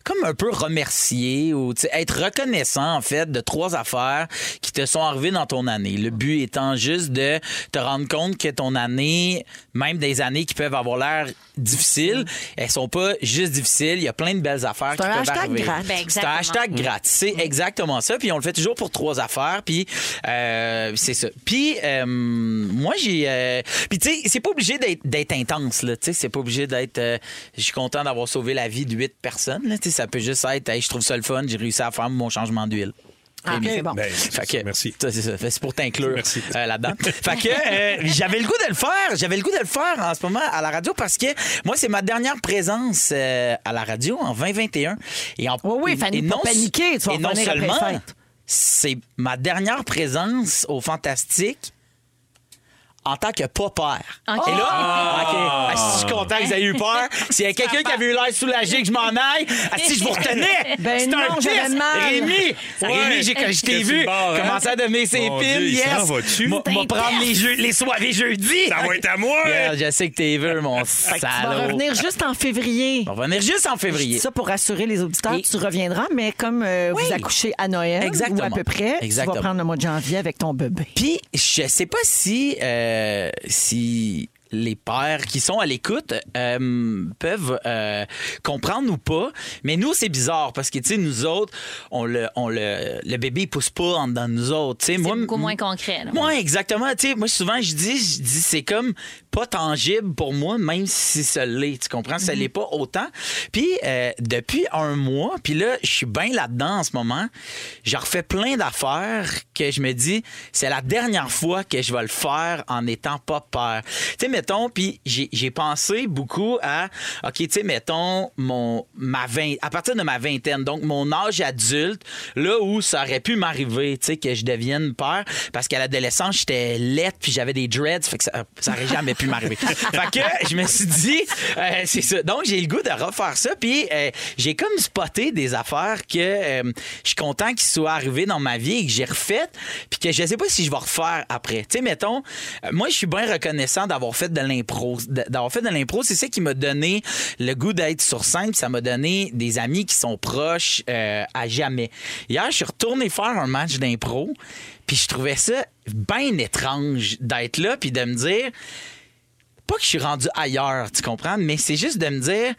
C: comme un peu remercier ou tu sais, être reconnaissant en fait de trois affaires qui te sont arrivées dans ton année. Le but étant juste de te rendre compte que ton année, même des années qui peuvent avoir l'air difficiles, elles sont pas juste difficiles. Il y a plein de belles affaires
B: C'est
C: qui
B: un
C: peuvent
B: hashtag
C: arriver.
B: gratte.
D: Ben,
C: C'est
D: exactement.
C: un hashtag gratte. C'est
B: Mm.
C: exactement ça. Puis on le fait toujours pour trois affaires. Puis euh, c'est ça. Puis euh, moi, j'ai. euh, Puis tu sais, c'est pas obligé d'être d'être intense, là. Tu sais, c'est pas obligé d'être. euh, je suis content d'avoir sauvé la vie de huit personnes, là. Tu sais, ça peut juste être. Hey, je trouve ça le fun. J'ai réussi à faire mon changement d'huile.
B: Ah,
C: Rémi.
B: c'est bon.
A: Ben,
C: Fait que-
A: merci.
C: Ça, c'est ça. Fait que C'est pour t'inclure
A: Merci.
C: euh, là-dedans. fait que euh, j'avais le goût de le faire. J'avais le goût de le faire en ce moment à la radio parce que moi, c'est ma dernière présence euh, à la radio en 2021. Et en,
B: Oui, oui, Fanny,
C: et
B: pas
C: non-
B: paniquer, tu vas
C: Et non
B: revenir après les
C: seulement,
B: fêtes.
C: c'est ma dernière présence au Fantastique en tant que pas père.
D: Ok.
C: Et là, OK. Ah, si je suis content que vous ayez eu peur, s'il y a quelqu'un qui avait eu l'air soulagé que je m'en aille, ah, si je vous retenais,
B: Ben
C: c'est un
B: non, j'avais
C: vice.
B: mal.
C: Rémi, Rémi, j'ai-
A: Ouais.
C: je t'ai
A: Qu'est-ce que
C: vu
A: tu barres, hein?
C: commencer à devenir ses
A: Mon
C: piles,
A: Dieu, il
C: yes.
A: s'en va-tu?
C: M'a m'a prendre les, jeux, les soirées jeudi.
A: Ça va être à moi! hein?
C: Yeah, je sais que t'es vu, mon
B: Tu vas
C: salaud.
B: revenir juste en février.
C: On va venir juste en
B: Je dis
C: février.
B: Ça pour rassurer les auditeurs,
C: Et-
B: tu reviendras, mais comme euh,
C: Oui.
B: vous accouchez à Noël
C: Exactement.
B: ou à peu près, tu
C: Exactement.
B: vas prendre le mois de janvier avec ton bébé.
C: Puis, je sais pas si, euh, si les pères qui sont à l'écoute euh, peuvent euh, comprendre ou pas. Mais nous, c'est bizarre parce que, tu sais, nous autres, on le, on le, le bébé, il pousse pas en dedans de nous autres. C'est
D: C'est beaucoup moins concret. là.
C: Moi, exactement. Tu sais, moi, souvent, je dis, je dis, c'est comme pas tangible pour moi, même si ça l'est. Tu comprends? Ça l'est pas autant. Puis, euh, depuis un mois, puis là, je suis bien là-dedans en ce moment. J'en refais plein d'affaires que je me dis, c'est la dernière fois que je vais le faire en étant pas peur. Tu sais, mettons, puis j'ai j'ai pensé beaucoup à, OK, tu sais, mettons, mon, ma vingt- à partir de ma vingtaine, donc mon âge adulte, là où ça aurait pu m'arriver, tu sais, que je devienne père, parce qu'à l'adolescence, j'étais laite, puis j'avais des dreads, fait que ça, ça aurait jamais pu m'arriver. fait que je me suis dit, euh, c'est ça. Donc, j'ai le goût de refaire ça, puis euh, j'ai comme spoté des affaires que euh, je suis content qu'ils soient arrivés dans ma vie et que j'ai refaites, puis que je sais pas si je vais refaire après. Tu sais, mettons, euh, moi, je suis bien reconnaissant d'avoir fait de l'impro. d- D'avoir fait de l'impro, c'est ça qui m'a donné le goût d'être sur scène, puis ça m'a donné des amis qui sont proches euh, à jamais. Hier, je suis retourné faire un match d'impro, puis je trouvais ça bien étrange d'être là, puis de me dire, pas que je suis rendu ailleurs, tu comprends, mais c'est juste de me dire,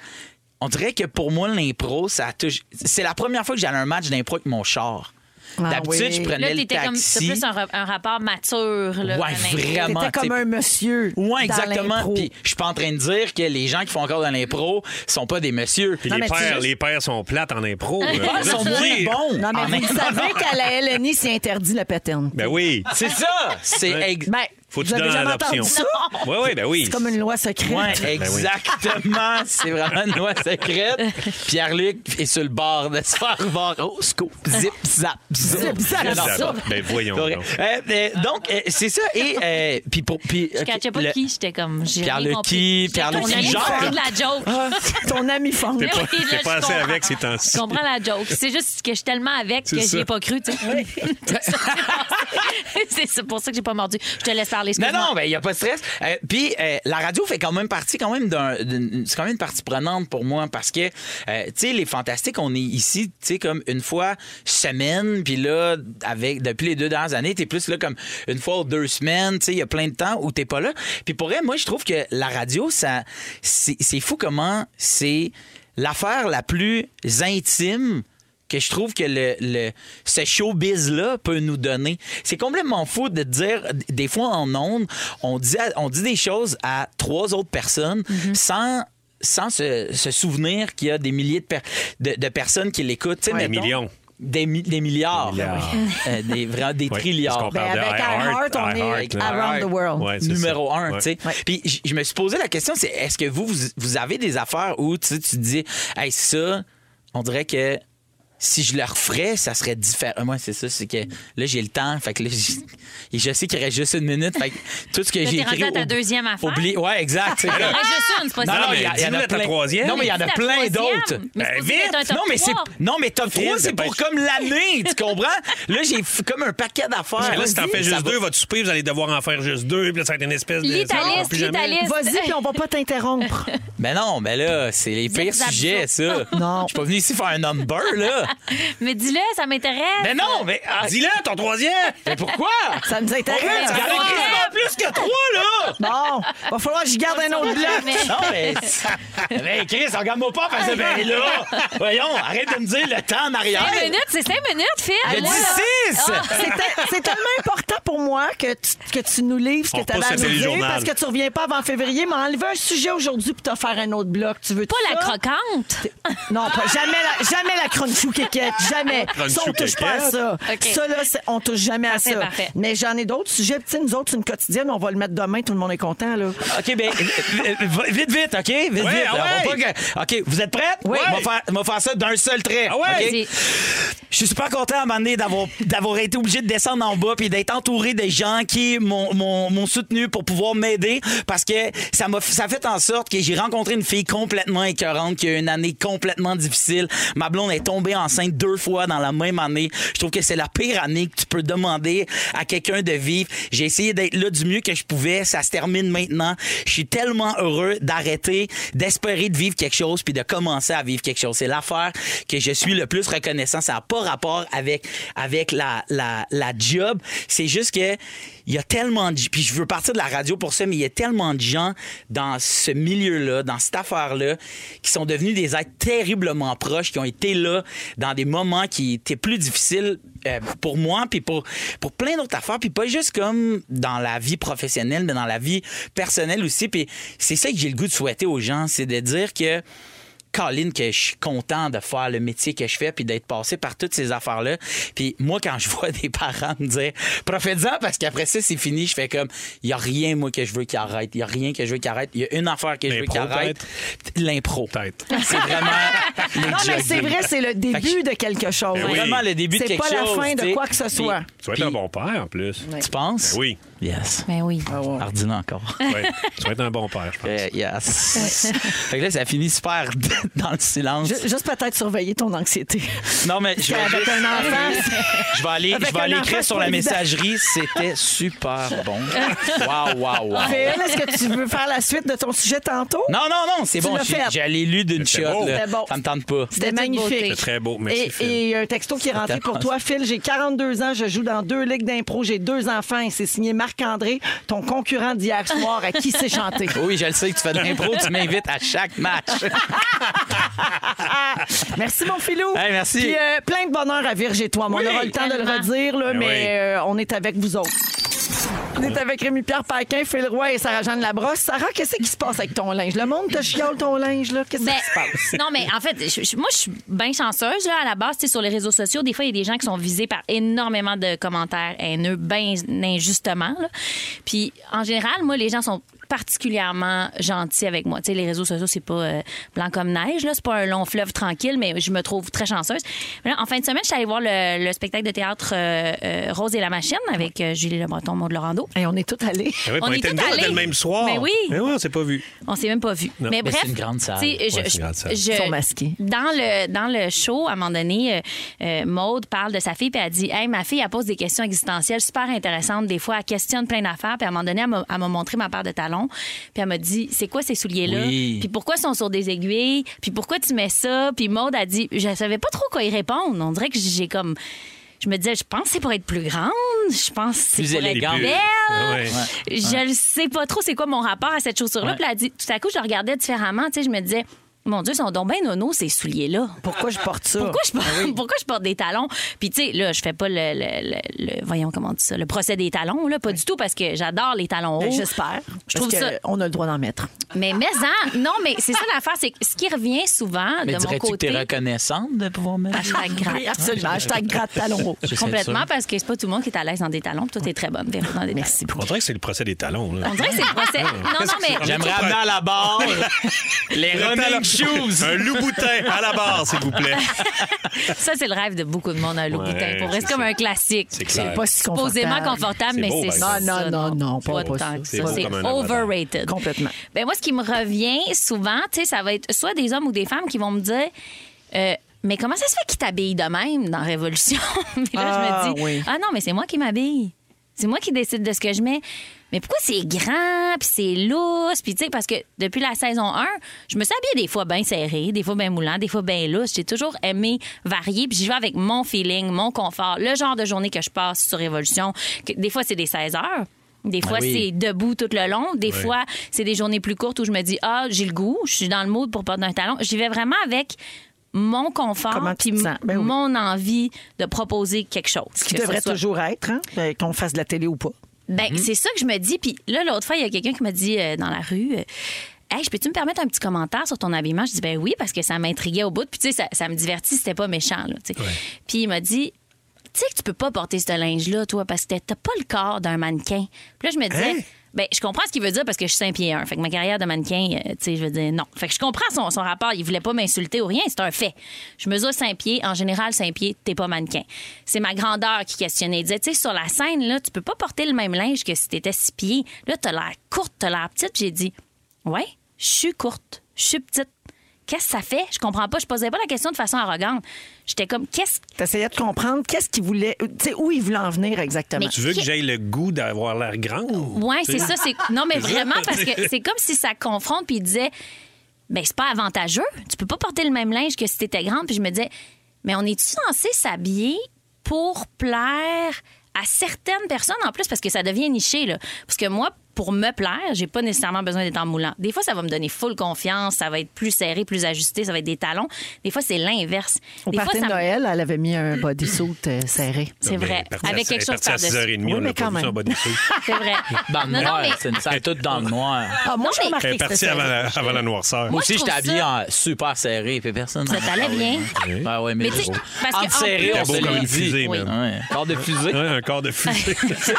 C: on dirait que pour moi, l'impro, ça touche. C'est la première fois que j'allais à un match d'impro avec mon char.
B: Ah
C: D'habitude,
B: oui.
C: je prenais
D: Là,
C: le
D: t'étais comme. C'est
C: taxi.
D: plus un, ra- un rapport mature. Là,
C: Ouais,
D: vraiment.
C: vraiment.
B: T'étais
C: tu
B: comme
C: sais.
B: un monsieur.
C: Ouais,
B: dans
C: exactement.
B: l'impro.
C: Puis je suis pas en train de dire que les gens qui font encore de l'impro sont pas des messieurs.
A: Puis
B: Non, mais
A: les
B: tu
A: pères,
B: sais-
A: les pères sont plates en impro. là.
C: Les pères sont
A: Je veux
C: moins
A: dire.
C: bons. Ah,
B: Non,
C: oh,
B: mais
C: en
B: vous
C: impro.
B: savez qu'à la LNI, c'est interdit le pattern.
A: Ben oui.
C: C'est ça. C'est ex-
B: Ben,
A: Faut que
B: Vous
A: tu
B: avez
A: donnes
B: jamais
A: l'adoption.
B: entendu ça?
A: Oui, oui, ben oui.
B: C'est comme une loi secrète.
A: Ben
C: Oui, exactement. C'est vraiment une loi secrète. Pierre-Luc est sur le bord de se faire voir. Oh, scoop. Zip, zap, zip.
B: Zip, zap,
C: Non,
B: zap.
A: Ben voyons.
C: Correct.
A: donc.
B: Ah,
C: Euh, euh, donc, euh, c'est ça. Et euh, puis pour. puis,
D: Je
C: ok,
D: catchais pas
C: le-
D: qui, j'étais comme. j'ai
C: Pierre
D: rien
C: le
D: compris.
C: qui,
D: J'étais
C: Pierre le
D: comme,
C: qui,
D: j'ai rien
C: Jacques. Ah.
D: compris de la joke.
B: Ton ami fond.
A: T'es pas,
D: Oui, là,
A: t'es
D: je
A: pas assez
D: comprends.
A: avec ces temps-ci.
D: Je comprends la joke. C'est juste que je suis tellement avec que
A: C'est
D: j'y
A: ça.
D: ai pas cru. tu sais. C'est ça, pour ça que j'ai pas mordu. Je te laisse parler.
C: Non,
D: excuse-moi.
C: non, ben il n'y a pas de stress. Euh, Puis euh, la radio fait quand même partie, quand même d'un, d'une- c'est quand même une partie prenante pour moi parce que, euh, tu sais, les fantastiques, on est ici, tu sais, comme une fois semaine. Puis là, avec depuis les deux dernières années, t'es plus là comme une fois ou deux semaines. Tu sais, il y a plein de temps où t'es pas là. Puis pour elle, moi, je trouve que la radio, ça, c'est, c'est fou comment c'est l'affaire la plus intime que je trouve que le, le- ce showbiz-là peut nous donner. C'est complètement fou de dire, des fois en ondes, on dit, à- on dit des choses à trois autres personnes sans sans se, se souvenir qu'il y a des milliers de, per- de, de personnes qui l'écoutent. Tu sais,
A: Des
C: mettons,
A: millions.
C: Des, mi- des milliards.
A: Des milliards.
C: Euh, des, vraiment des
A: Oui, parce
C: trilliards.
A: qu'on
B: Ben,
A: parle de
B: avec iHeart, on est
A: iHeart, là.
B: around the world.
A: Ouais, c'est
C: numéro
A: ça.
C: un,
A: Ouais.
C: tu sais. Puis je- je me suis posé la question, c'est est-ce que vous, vous, vous avez des affaires où tu sais, tu te dis, hey, ça, on dirait que si je le referais, ça serait différent. Moi, c'est ça, c'est que là, j'ai le temps. Fait que là, j- et je sais qu'il reste juste une minute. Fait que tout ce que
D: Là,
C: j'ai
D: t'es rendu
C: écrit.
D: à ta
C: oubli-
D: deuxième affaire.
C: oublie- Ouais, exact. c'est comme-
D: Ah, je sonne, c'est pas
C: Non,
D: ça.
C: non,
A: mais
C: il y, a- il y en
A: dis-nous
C: a
A: la
C: plein.
A: troisième.
C: Non, mais il y en
D: Dis
C: a
D: la
C: plein
D: troisième.
C: d'autres.
D: Mais c'est
A: Ben,
D: supposé
A: vite.
D: être un top
C: Non, mais c'est
D: trois.
C: non, mais top
A: Faut
C: 3, c'est
A: dépêcher.
C: pour comme l'année, tu comprends? Là, j'ai f- comme un paquet d'affaires.
A: Là, si t'en fais
C: Ça
A: juste
C: va-
A: deux, votre souper, vous allez devoir en faire juste deux, puis là, ça va être une espèce de.
D: Lis ta
A: ça, on
D: liste,
A: plus
D: lis
A: jamais.
D: ta liste.
B: Vas-y, puis on va pas t'interrompre.
C: Mais non, mais là, c'est les pires
D: Zip-zap-zap.
C: sujets, ça.
B: Non.
C: Je suis pas venu ici faire un number, là.
D: Mais dis-le, ça m'intéresse.
C: mais non, mais. ah,
A: Dis-le, ton troisième!
C: mais pourquoi?
B: Ça nous
C: On va
B: intéresse.
C: regarder quasiment plus que trois, là!
B: Bon, va falloir que je garde un autre bloc.
D: Mais-
C: Non, mais. Mais Chris, regarde-moi pas parce que, ben là, voyons, arrête de me dire le temps en arrière.
D: Cinq minutes, c'est cinq minutes, Phil. Ah,
C: Il a dit six!
B: C'est te- C'est tellement important pour moi que tu, que tu nous livres ce
A: On
B: que tu avais
A: repousse
B: à
A: le
B: nous dire
A: téléjournal.
B: parce que tu reviens pas avant février. Mais enlever un sujet aujourd'hui pour te faire un autre bloc, tu veux
D: Pas la
B: croque.
D: croquante.
B: Non, pas, jamais la, jamais la crunchou kékette, jamais.
A: Crunchou
B: Ça, on touche pas à
A: kékette.
B: ça.
D: OK.
B: Ça, là, c'est- on touche jamais à
D: Parfait,
B: ça.
D: parfait.
B: Mais j'en ai d'autres sujets. Tu sais, nous autres, c'est une quotidienne, on va le mettre demain, tout le monde est content, là.
A: Ah,
C: OK, ben, euh, euh, vite, vite, OK? Vite, vite.
A: Ouais, ah
C: On va
A: ouais.
C: pas que- OK, vous êtes prêtes?
B: Oui.
C: On va faire, on va faire ça d'un seul trait.
A: Ah ouais?
C: OK?
D: Vas-y.
C: Je suis super content à un moment donné d'avoir, d'avoir été obligé de descendre en bas puis d'être entouré de gens qui m'ont, m'ont- m'ont soutenu pour pouvoir m'aider parce que ça m'a ça a fait en sorte que j'ai rencontré une fille complètement écœurante qui a eu une année complètement difficile. Ma blonde est tombée enceinte deux fois dans la même année. Je trouve que c'est la pire année que tu peux demander à quelqu'un de vivre. J'ai essayé d'être là du mieux que je pouvais. Ça se termine maintenant. Je suis tellement heureux d'arrêter, d'espérer de vivre quelque chose puis de commencer à vivre quelque chose. C'est l'affaire que je suis le plus reconnaissant. Ça n'a pas rapport avec, avec la, la, la job. C'est juste que il y a tellement de... Puis je veux partir de la radio pour ça, mais il y a tellement de gens dans ce milieu-là, dans cette affaire-là, qui sont devenus des êtres terriblement proches, qui ont été là dans des moments qui étaient plus difficiles euh, pour moi, puis pour, pour plein d'autres affaires, puis pas juste comme dans la vie professionnelle, mais dans la vie personnelle aussi. Puis c'est ça que j'ai le goût de souhaiter aux gens, c'est de dire que... Colin, que je suis content de faire le métier que je fais puis d'être passé par toutes ces affaires-là. Puis moi, quand je vois des parents me dire profite-en parce qu'après ça, c'est fini, je fais comme il n'y a rien, moi, que je veux qui arrête. Il n'y a rien que je veux qui arrête. Il y a une affaire que je veux qui
A: L'impro,
C: arrête. L'impro.
A: Peut-être.
C: C'est vraiment. les
B: Non, mais
C: jokes.
B: c'est vrai, c'est le début de quelque chose.
A: Ben
C: C'est
A: oui.
C: vraiment le début de
B: C'est
C: quelque chose.
B: pas la fin de
C: tu sais.
B: quoi que ce
C: Puis-
B: soit.
A: Tu vas être un bon père, en plus.
C: Tu penses?
A: Ben oui.
C: Yes.
D: Mais oui.
C: Ardina encore.
A: Ouais. Tu vas être un bon père, je pense.
C: Euh, yes. fait que là, ça finit super dans le silence.
B: Ju- Juste peut-être surveiller ton anxiété.
C: Non, mais je vais
B: Avec
C: juste-
B: un enfant,
C: Je vais aller,
B: Avec
C: je vais
B: un
C: aller
B: enfant,
C: écrire sur
B: c'est
C: la
B: pas évident.
C: messagerie. C'était super bon. Waouh, waouh, waouh.
B: Phil, est-ce que tu veux faire la suite de ton sujet tantôt?
C: Non, non, non, c'est
B: Tu
C: bon.
B: l'as
C: j'ai-
B: fait.
C: J'allais lu d'une
A: C'était
C: shot.
A: beau.
C: là.
B: C'était bon.
C: Ça me tente pas.
B: C'était
D: toute beauté.
B: magnifique.
A: C'est très beau.
B: Et,
A: Merci, Phil.
B: et un texto qui est rentré pour toi, Phil. J'ai 42 ans, je joue dans deux ligues d'impro, j'ai deux enfants et c'est signé Marc-André, ton concurrent d'hier soir à qui c'est chanté.
C: Oui, je le sais que tu fais de l'impro, tu m'invites à chaque match.
B: Ah, Merci, mon filou.
C: Hey, merci.
B: Puis euh, plein de bonheur à Virge et toi. Mais On aura le temps de le redire, là,
A: Ben
B: mais
A: oui.
B: euh, on est avec vous autres. On est avec Rémi-Pierre Paquin, Phil Roy et Sarah-Jeanne Labrosse. Sarah, qu'est-ce qui se passe avec ton linge? Le monde te chiole ton linge, là? Qu'est-ce
D: Ben,
B: qui se passe?
D: non, mais en fait, je- je- moi, je suis bien chanceuse. Là, à la base, tu sais, sur les réseaux sociaux, des fois, il y a des gens qui sont visés par énormément de commentaires haineux, bien injustement. là. Puis, en général, moi, les gens sont particulièrement gentils avec moi. Tu sais, les réseaux sociaux, c'est pas euh, blanc comme neige. là. C'est pas un long fleuve tranquille, mais je me trouve très chanceuse. Mais là, en fin de semaine, je suis allée voir le, le spectacle de théâtre euh, euh, Rose et la machine avec euh, Julie Le Breton, Maud Laurando.
B: Hey, on est Ben tous allés.
A: Ah oui, puis
D: On
A: on
D: est
A: était
D: tous
A: dedans, c'était
D: allés.
A: le même soir.
D: Mais oui.
A: Mais on s'est pas vu.
D: On s'est même pas vu. Mais
C: Mais
D: bref,
C: c'est une grande salle.
D: tu sais, je-
A: Ouais, c'est une
D: je-
A: grande salle.
D: je-
B: Ils sont masqués.
D: Dans le dans le show, à un moment donné, euh, euh, Maude parle de sa fille puis elle dit, hey, ma fille, elle pose des questions existentielles super intéressantes des fois, elle questionne plein d'affaires puis à un moment donné, elle m'a- elle m'a montré ma paire de talons puis elle m'a dit, c'est quoi ces souliers là
C: Oui.
D: Puis pourquoi ils sont sur des aiguilles Puis pourquoi tu mets ça Puis Maude a dit, je savais pas trop quoi y répondre. On dirait que j'ai comme je me disais, je pense que c'est pour être plus grande. Je pense que c'est
C: Plus
D: pour
B: Ben,
D: être
C: élégante.
D: belle.
A: Ah ouais.
D: Je le sais pas trop c'est quoi mon rapport à cette chaussure-là. Puis elle a dit- tout à coup, je la regardais différemment. Tu sais, je me disais, mon Dieu, ils sont donc bien nono, ces souliers-là.
B: Pourquoi je porte ça?
D: Pourquoi je, porte, pourquoi je porte des talons? Puis, tu sais, là, je fais pas le, le- le- le- Voyons comment on dit ça. Le procès des talons, là, pas du tout, parce que j'adore les talons hauts.
B: Ben, J'espère.
D: Je trouve ça-
B: On a le droit d'en mettre.
D: Mais, mais, en- non, mais c'est ça l'affaire, c'est que ce qui revient souvent
C: Mais
D: de mon
C: dirais-tu que
D: côté.
C: t'es reconnaissante de pouvoir mettre...
D: Hashtag gratte.
B: Oui, absolument. Hashtag gratte talon haut.
C: Je sais
D: Complètement,
C: ça.
D: parce que c'est pas tout le monde qui est à l'aise dans des talons. Puis Toi, t'es très bonne, Véro, dans des Merci
A: On dirait que c'est le procès des talons. là.
D: On dirait que c'est le procès. Non, non, mais.
C: J'aimerais amener à la barre les
A: Le talon-
C: running shoes.
A: Un loup-boutin à la barre, s'il vous plaît.
D: Ça, c'est le rêve de beaucoup de monde, un loup boutin.
A: Ouais,
D: Pour vrai, c'est
A: c'est
D: comme
A: ça.
D: un classique.
A: C'est clair.
B: Pas si
D: Supposément
B: confortable.
D: confortable,
A: C'est
D: mais
A: beau,
D: c'est
A: par
D: ça.
B: exemple. Non, non, non, pas-
D: de
B: pas
D: temps
B: ça.
D: que
A: C'est
D: ça.
A: beau
D: C'est
A: comme un avatar.
D: overrated.
B: Complètement.
D: Ben, moi, ce qui me revient souvent, tu sais, ça va être soit des hommes ou des femmes qui vont me dire. euh, mais comment ça se fait qu'ils t'habillent de même dans Révolution? mais là, je me
B: Ah,
D: dis,
B: oui.
D: ah non, mais c'est moi qui m'habille. C'est moi qui décide de ce que je mets. Mais pourquoi c'est grand, puis c'est lousse, puis tu sais, parce que depuis la saison 1, je me suis habillée des fois bien serré, des fois bien moulant, des fois bien lousse. J'ai toujours aimé varier, puis j'y vais avec mon feeling, mon confort, le genre de journée que je passe sur Révolution. que- des fois, c'est des 16 heures. Des fois,
C: oui.
D: c'est debout tout le long. Des fois, c'est des journées plus courtes où je me dis, ah, j'ai le goût, je suis dans le mood pour porter un talon. J'y vais vraiment avec mon confort,
B: Comment tu
D: puis
B: te sens? Ben oui.
D: mon envie de proposer quelque chose.
B: Ce qui
D: Que ce
B: devrait
D: soit-
B: toujours Mhm. être, hein, ben, qu'on fasse de la télé ou pas.
D: ben, c'est ça que je me dis. Puis là, l'autre fois, il y a quelqu'un qui m'a dit euh, dans la rue. euh, Hey, je peux-tu me permettre un petit commentaire sur ton habillement? Je dis, ben oui, parce que ça m'intriguait au bout. Puis, tu sais, ça, ça me divertit, c'était pas méchant, là, tu sais. Puis, il m'a dit, tu sais que tu peux pas porter ce linge-là, toi, parce que t'as pas le corps d'un mannequin. Puis là, je me disais, ben, je comprends ce qu'il veut dire parce que je suis 5 pieds 1. Fait que ma carrière de mannequin, euh, tu sais, je veux dire, non. Fait que je comprends son, son rapport. Il voulait pas m'insulter ou rien, c'est un fait. Je mesure 5 pieds. En général, 5 pieds, t'es pas mannequin. C'est ma grandeur qui questionnait. Il disait, tu sais, sur la scène, là, tu peux pas porter le même linge que si t'étais 6 pieds. Là, t'as l'air courte, t'as l'air petite. J'ai dit, ouais, je suis courte, je suis petite. Qu'est-ce que ça fait? Je comprends pas. Je posais pas la question de façon arrogante. J'étais comme, qu'est-ce
B: T'essayais de comprendre qu'est-ce qu'il voulait, euh, tu sais, où il voulait en venir exactement.
D: Mais-
A: Tu veux que j'aille le goût d'avoir l'air grande?
D: Ouais, c'est ça. C'est... Non, mais vraiment, parce que c'est comme si ça confronte, puis il disait, ben c'est pas avantageux. Tu peux pas porter le même linge que si t'étais grande. Puis je me disais, mais on est-tu censé s'habiller pour plaire à certaines personnes en plus? Parce que ça devient niché, là. Parce que moi, pour me plaire, j'ai pas nécessairement besoin d'être en moulant. Des fois, ça va me donner full confiance, ça va être plus serré, plus ajusté, ça va être des talons. Des fois, c'est l'inverse.
B: Au
D: Des fois,
B: party
D: ça
B: de
D: me-
B: Noël, elle avait mis un bodysuit euh, serré.
D: C'est vrai. Avec quelque chose
A: par-dessus.
D: par-dessus.
A: à 6h30,
B: Oui,
A: on
B: mais
A: l'a
B: quand
A: pas vu
B: même.
A: son bodysuit.
D: C'est vrai.
C: Dans le
D: Non, non,
C: noir,
D: mais-
C: c'est une salle toute dans le noir.
B: Ah, moi,
D: Non,
B: j'ai
D: mais-
B: remarqué
A: Elle est
B: que c'était
A: partie Euh, avant
B: serré.
A: la, avant la noirceur.
C: Moi aussi,
D: je
C: j'étais
D: trouve
C: habillé
D: ça-
C: en super serré, puis personne.
D: Ça t'allait bien.
C: Ah ouais, mais,
D: Mais
C: c'est
D: tu sais,
C: beau.
D: parce
C: Entre
D: que en
C: serré,
D: plus-
C: on
A: T'es beau
C: se
A: comme
C: l'a
A: une
C: dit.
A: fusée,
D: Oui.
A: man.
C: Ouais, corps de fusée.
A: Ouais, un corps de fusée.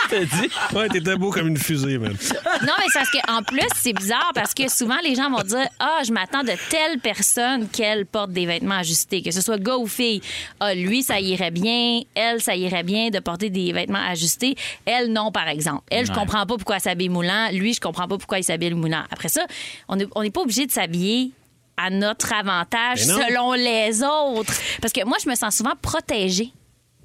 C: t'as dit.
A: ouais, t'étais beau comme une fusée, man.
D: Non, mais c'est parce qu'en plus, c'est bizarre parce que souvent, les gens vont dire Ah, je m'attends de telle personne qu'elle porte des vêtements ajustés, que ce soit gars ou fille. Ah, lui, ça irait bien. Elle, ça irait bien de porter des vêtements ajustés. Elle, non, par exemple. Elle, je comprends pas pourquoi elle s'habille moulant. Lui, je comprends pas pourquoi il s'habille moulant. Après ça, on n'est on n'est pas obligé de s'habiller à notre avantage
A: Mais non.
D: selon les autres. Parce que moi, je me sens souvent protégée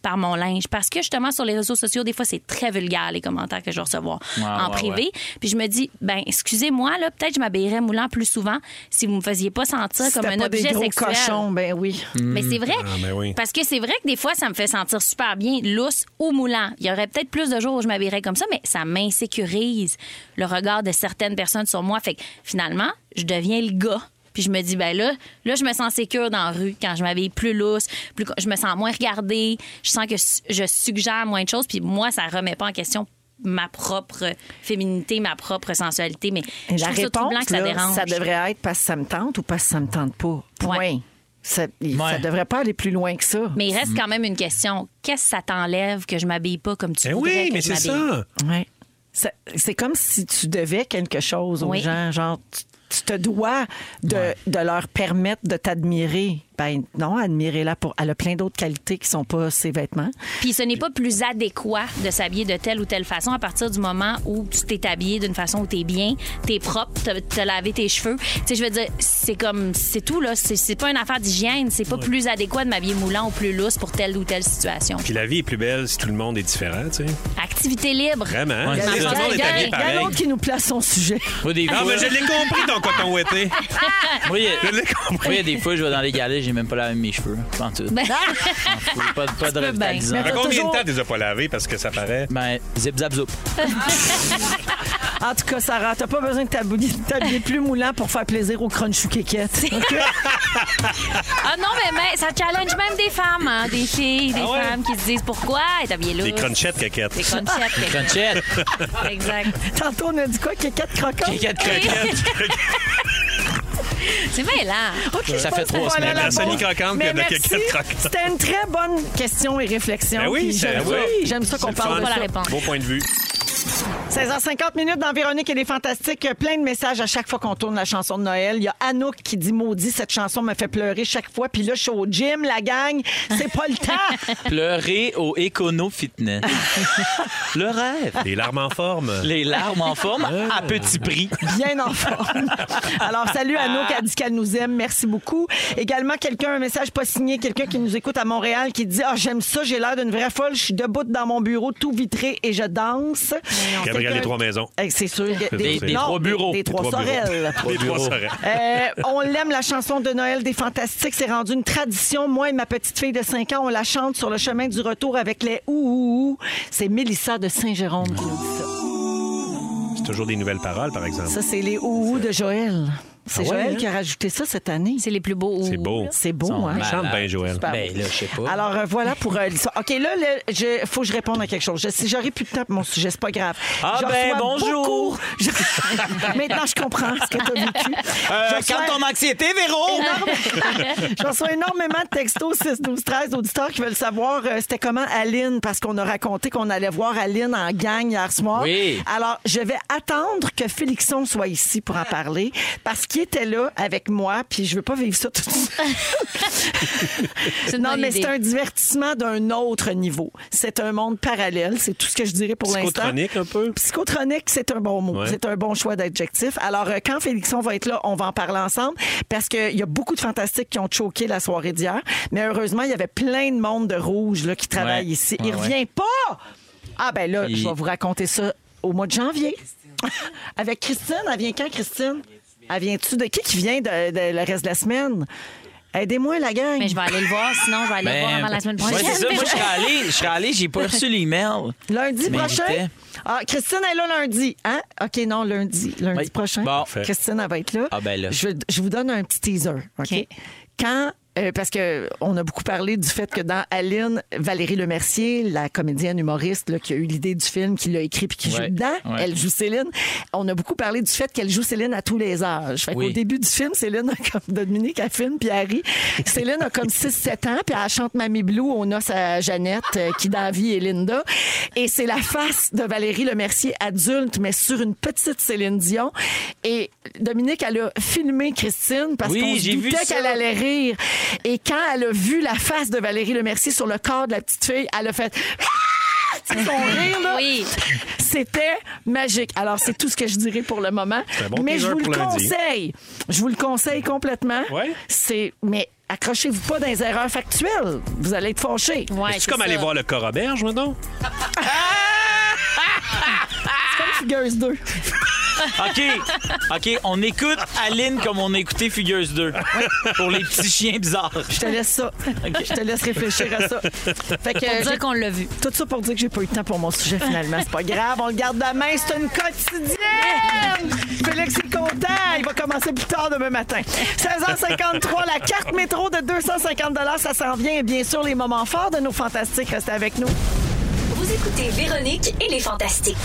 D: par mon linge. Parce que justement, sur les réseaux sociaux, des fois, c'est très vulgaire les commentaires que je vais recevoir en
C: ouais,
D: privé. Puis je me dis, ben, excusez-moi, là, peut-être je m'habillerais moulant plus souvent si vous me faisiez pas sentir comme
B: C'était
D: un
B: pas des
D: objet
B: gros
D: sexuel.
B: cochons, ben oui.
D: Mais c'est vrai.
A: Ah, ben oui.
D: Parce que c'est vrai que des fois, ça me fait sentir super bien, lousse ou moulant. Il y aurait peut-être plus de jours où je m'habillerais comme ça, mais ça m'insécurise le regard de certaines personnes sur moi. Fait que finalement, je deviens le gars. Puis je me dis, ben là, là, je me sens sécure dans la rue quand je m'habille plus lousse, plus, je me sens moins regardée, je sens que su- je suggère moins de choses, puis moi, ça remet pas en question ma propre féminité, ma propre sensualité. Mais
B: Et
D: je
B: la
D: trouve ça
B: réponse,
D: troublant que ça
B: là,
D: dérange.
B: ça devrait être parce que ça me tente ou parce que ça me tente pas. Point.
D: Ouais.
B: Ça, il-
C: Ouais.
B: ça devrait pas aller plus loin que ça.
D: Mais il
A: Mm-hmm.
D: reste quand même une question. Qu'est-ce que ça t'enlève que je m'habille pas comme tu
A: Ben
D: voudrais
A: oui,
D: que
A: mais
D: je
A: c'est
D: m'habille?
A: ça.
B: Ouais. Ça- C'est comme si tu devais quelque chose aux
D: Oui.
B: gens. Genre, tu, tu te dois de, de leur permettre de t'admirer. Ben non, admirez-la pour. Elle a plein d'autres qualités qui sont pas ses vêtements.
D: Puis ce n'est pas plus adéquat de s'habiller de telle ou telle façon à partir du moment où tu t'es habillé d'une façon où t'es bien, t'es propre, t'as t'as lavé tes cheveux. Tu sais, je veux dire, c'est comme, c'est tout, là. C'est- C'est pas une affaire d'hygiène. C'est pas plus adéquat de m'habiller moulant ou plus lousse pour telle ou telle situation.
A: Puis la vie est plus belle si tout le monde est différent, tu sais.
D: Activité libre.
A: Vraiment. hein?
C: Ouais,
A: Si
C: c'est
A: tout
C: ça.
A: le monde est
D: Gang,
B: Il
D: gang,
A: habillé
B: y a
A: pareil.
B: l'autre qui nous place son sujet.
C: Moi, des
A: Ah,
C: fois,
A: mais je l'ai compris, ton coton ouetté.
C: moi, il y a-
A: Je l'ai compris.
C: moi, il y a des fois, je vais dans les galets, j'ai même pas lavé mes cheveux. Pas en tout.
D: Ben,
C: Pas, pas de
D: bien.
C: revitalisant.
B: Mais
A: Fait combien
B: toujours-
A: de temps tu les as pas lavés parce que ça paraît?
C: Ben, zip zap zoup.
B: En tout cas, Sarah, t'as pas besoin de t'habiller de t'habiller plus moulant pour faire plaisir aux crunchs ou kékettes.
D: ah non, mais, mais ça challenge même des femmes, hein, des filles, des
A: Ah ouais?
D: femmes qui se disent pourquoi être habillée lousse.
A: Des Ah. crunchettes, coquettes.
D: Des crunchettes.
C: Crunchette.
D: exact.
B: Tantôt, on a dit quoi? Kékettes croquantes?
C: Quatre croquettes.
D: C'est bien là.
B: Ok, je
C: Ça
B: pense
C: fait trois
B: qu'on va aller à
C: semaines.
B: la
A: La Sony
B: pause.
A: croquante,
B: Mais
A: puis il y en a
B: merci.
A: quelqu'un de croquant.
B: C'était une très bonne question et réflexion.
A: Ben oui,
B: puis
A: c'est-
B: j'aime ça.
A: oui.
B: J'aime ça
A: C'est
B: qu'on
A: le
B: parle
A: fun.
B: de
D: Pas la
B: ça.
D: réponse.
A: Beau point de vue.
B: 16h50 minutes dans Véronique et les Fantastiques. Plein de messages à chaque fois qu'on tourne la chanson de Noël. Il y a Anouk qui dit Maudit, cette chanson me fait pleurer chaque fois. Puis là, je suis au gym, la gang. C'est pas le temps.
C: Pleurer au Econo Fitness. Le rêve.
A: Les larmes en forme.
C: Les larmes en forme à petit prix.
B: Bien en forme. Alors, salut Anouk, elle dit qu'elle nous aime. Merci beaucoup. Également, quelqu'un, un message pas signé, quelqu'un qui nous écoute à Montréal qui dit Ah, j'aime ça, j'ai l'air d'une vraie folle. Je suis debout dans mon bureau, tout vitré et je danse.
A: Gabriel
B: Quelqu'un-
A: des Trois Maisons.
B: Hey, C'est sûr. Des,
A: Des- des
C: trois bureaux.
B: Des, des trois,
A: Trois bureaux.
B: sorelles.
A: Les trois seraient.
B: Euh, on l'aime, la chanson de Noël des Fantastiques. C'est rendu une tradition. Moi et ma petite fille de 5 ans, on la chante sur le chemin du retour avec les ouh, ouh, ouh. C'est Mélissa de Saint-Jérôme qui nous dit
A: C'est toujours des nouvelles paroles, par exemple.
B: ça. Ça, c'est les ouh, ouh de Joël.
C: Ah
B: C'est
C: ouais,
B: Joël
C: hein?
B: qui a rajouté ça cette année.
D: C'est les plus beaux.
A: C'est beau.
B: C'est beau,
C: Son
B: hein?
C: mal.
A: Chante bien, Joël.
B: Super.
C: Ben là, je sais pas.
B: Alors euh, voilà pour euh, l'histoire. OK, là, il faut que je réponde à quelque chose. Je- Si j'aurais plus de temps pour mon sujet, c'est pas grave.
C: Ah
B: Je
C: ben,
B: reçois
C: bonjour.
B: beaucoup- Je- Maintenant, je comprends ce que tu as vécu.
C: Euh,
B: Je reçois-
C: calme ton anxiété, Véro!
B: Je reçois énormément de textos 6, 12, 13 d'auditeurs qui veulent savoir euh, c'était comment Aline, parce qu'on a raconté qu'on allait voir Aline en gang hier soir.
C: Oui.
B: Alors, je vais attendre que Félixon soit ici pour en parler, parce qu'il était là avec moi, puis je veux pas vivre ça tout de suite.
D: C'est une
B: non,
D: bonne
B: mais
D: idée.
B: c'est un divertissement d'un autre niveau. C'est un monde parallèle, c'est tout ce que je dirais pour l'instant.
A: Psychotronique, un peu.
B: Psychotronique, c'est un bon mot.
A: Ouais.
B: C'est un bon choix d'adjectif. Alors, euh, quand Félixon va être là, on va en parler ensemble parce qu'il y a beaucoup de fantastiques qui ont choqué la soirée d'hier. Mais heureusement, il y avait plein de monde de rouge là, qui travaille
C: Ouais.
B: ici. il
C: Ouais, ouais.
B: revient pas! Ah, ben là,
C: Il-
B: je vais vous raconter ça au mois de janvier. Avec Christine. Elle vient quand, Christine? Elle vient-tu de qui qui vient de, de- le reste de la semaine? Aidez-moi, la gang.
D: Mais Ben, je vais aller le voir, sinon je vais aller le voir avant la semaine prochaine.
C: Ben, Ouais, c'est ça. Moi, je serais allé, je serais allé, j'ai pas reçu l'email.
B: Lundi
C: Tu
B: prochain?
C: m'invitais.
B: Ah, Christine est là lundi. Hein? OK, non, lundi. Lundi
C: Oui.
B: prochain.
C: Bon.
B: Christine, elle va être là.
C: Ah, ben là.
B: Je, je vous donne un petit teaser. OK?
D: OK.
B: Quand. euh, parce que on a beaucoup parlé du fait que dans Aline, Valérie Lemercier, la comédienne humoriste là, qui a eu l'idée du film, qui l'a écrit puis qui joue
C: Ouais.
B: dedans,
C: Ouais.
B: elle joue Céline. On a beaucoup parlé du fait qu'elle joue Céline à tous les âges. Fait qu'au
C: Oui.
B: début du film, Céline a comme Dominique, elle filme puis elle rit. Céline a comme 6-7 ans puis elle chante Mamie Blue aux noces à Jeannette euh, qui dans la vie est Linda. Et c'est la face de Valérie Lemercier adulte mais sur une petite Céline Dion. Et Dominique, elle a filmé Christine parce
C: Oui,
B: qu'on se
C: j'ai vu
B: doutait
C: ça.
B: qu'elle allait rire. Et quand elle a vu la face de Valérie Lemercier sur le corps de la petite fille, elle a fait... Ah! Tu sais, Son rire, là.
D: Oui.
B: C'était magique. Alors, c'est tout ce que je dirais pour le moment.
A: C'est un bon
B: mais je
A: teaser
B: vous le
A: pour lundi.
B: conseille. Je vous le conseille complètement.
A: Ouais.
B: C'est, mais accrochez-vous pas dans les erreurs factuelles. Vous allez être fâchés.
D: Ouais,
A: C'est comme
D: ça.
A: aller voir le Coroberge, maintenant?
B: Comme Fugueuse 2.
C: OK. OK, on écoute Aline comme on a écouté Figures 2 pour les petits chiens bizarres.
B: Je te laisse ça. Je te laisse réfléchir à ça. Fait que,
D: Pour
B: j'ai-
D: dire qu'on l'a vu.
B: tout ça pour dire que j'ai pas eu le temps pour mon sujet finalement. C'est pas grave, on le garde demain. C'est une quotidienne. Félix est content. Il va commencer plus tard demain matin. 16h53, la carte métro de 250 ça s'en vient. Et bien sûr, les moments forts de nos fantastiques. Restez avec nous.
F: Ah. Vous écoutez Véronique et les Fantastiques.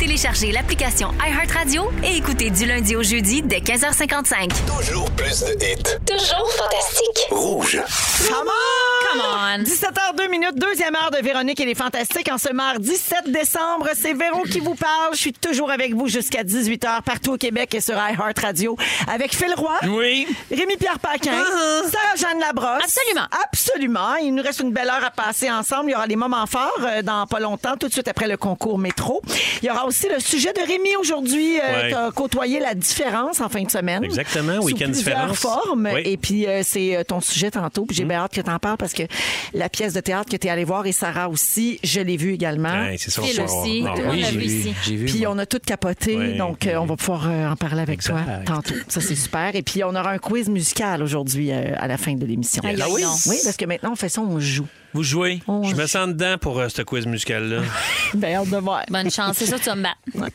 F: Téléchargez l'application iHeartRadio et écoutez du lundi au jeudi dès 15h55.
G: Toujours plus de hits.
F: Toujours fantastique.
G: Rouge.
B: Come
D: Come on.
B: 17h02 minutes, deuxième heure de Véronique et les Fantastiques en ce mardi 7 décembre. C'est Véro qui vous parle. Je suis toujours avec vous jusqu'à 18h partout au Québec et sur iHeartRadio avec Phil Roy.
C: Oui.
B: Rémi-Pierre Paquin, Sarah-Jeanne Labrosse.
D: Absolument.
B: Absolument. Il nous reste une belle heure à passer ensemble. Il y aura les moments forts euh, dans pas longtemps, tout de suite après le concours métro. Il y aura aussi le sujet de Rémi aujourd'hui. Euh,
A: Ouais.
B: T'as côtoyé la différence en fin de semaine.
A: Exactement, week-end
B: Sous plusieurs
A: différence.
B: formes.
A: Oui. Mhm.
B: Et puis, euh, c'est euh, ton sujet tantôt. Puis j'ai bien hâte que t'en parles parce que la pièce de théâtre que t'es allée voir et Sarah aussi, je l'ai vue
D: Ah,
B: également.
A: Hey, Hein, c'est ça,
D: Phil
A: on se voit.
D: aussi.
A: Ah,
D: Toi,
A: oui,
D: la
A: j'ai vu.
D: Lucie.
C: J'ai vu.
B: Puis on a tout capoté,
A: Oui,
B: donc
A: oui.
B: euh, on va pouvoir euh, en parler avec
A: Exact.
B: toi tantôt. Ça, c'est super. Et puis, on aura un quiz musical aujourd'hui euh, à la fin de l'émission.
A: Yes.
D: Ah oui?
B: Oui, parce que maintenant, on fait ça, on joue.
C: Vous jouez.
D: Oh,
B: On
A: Je
B: joue.
A: me sens dedans pour euh, ce quiz musical-là.
B: Ben, hâte de voir.
D: Bonne chance, c'est ça, tu vas me battre.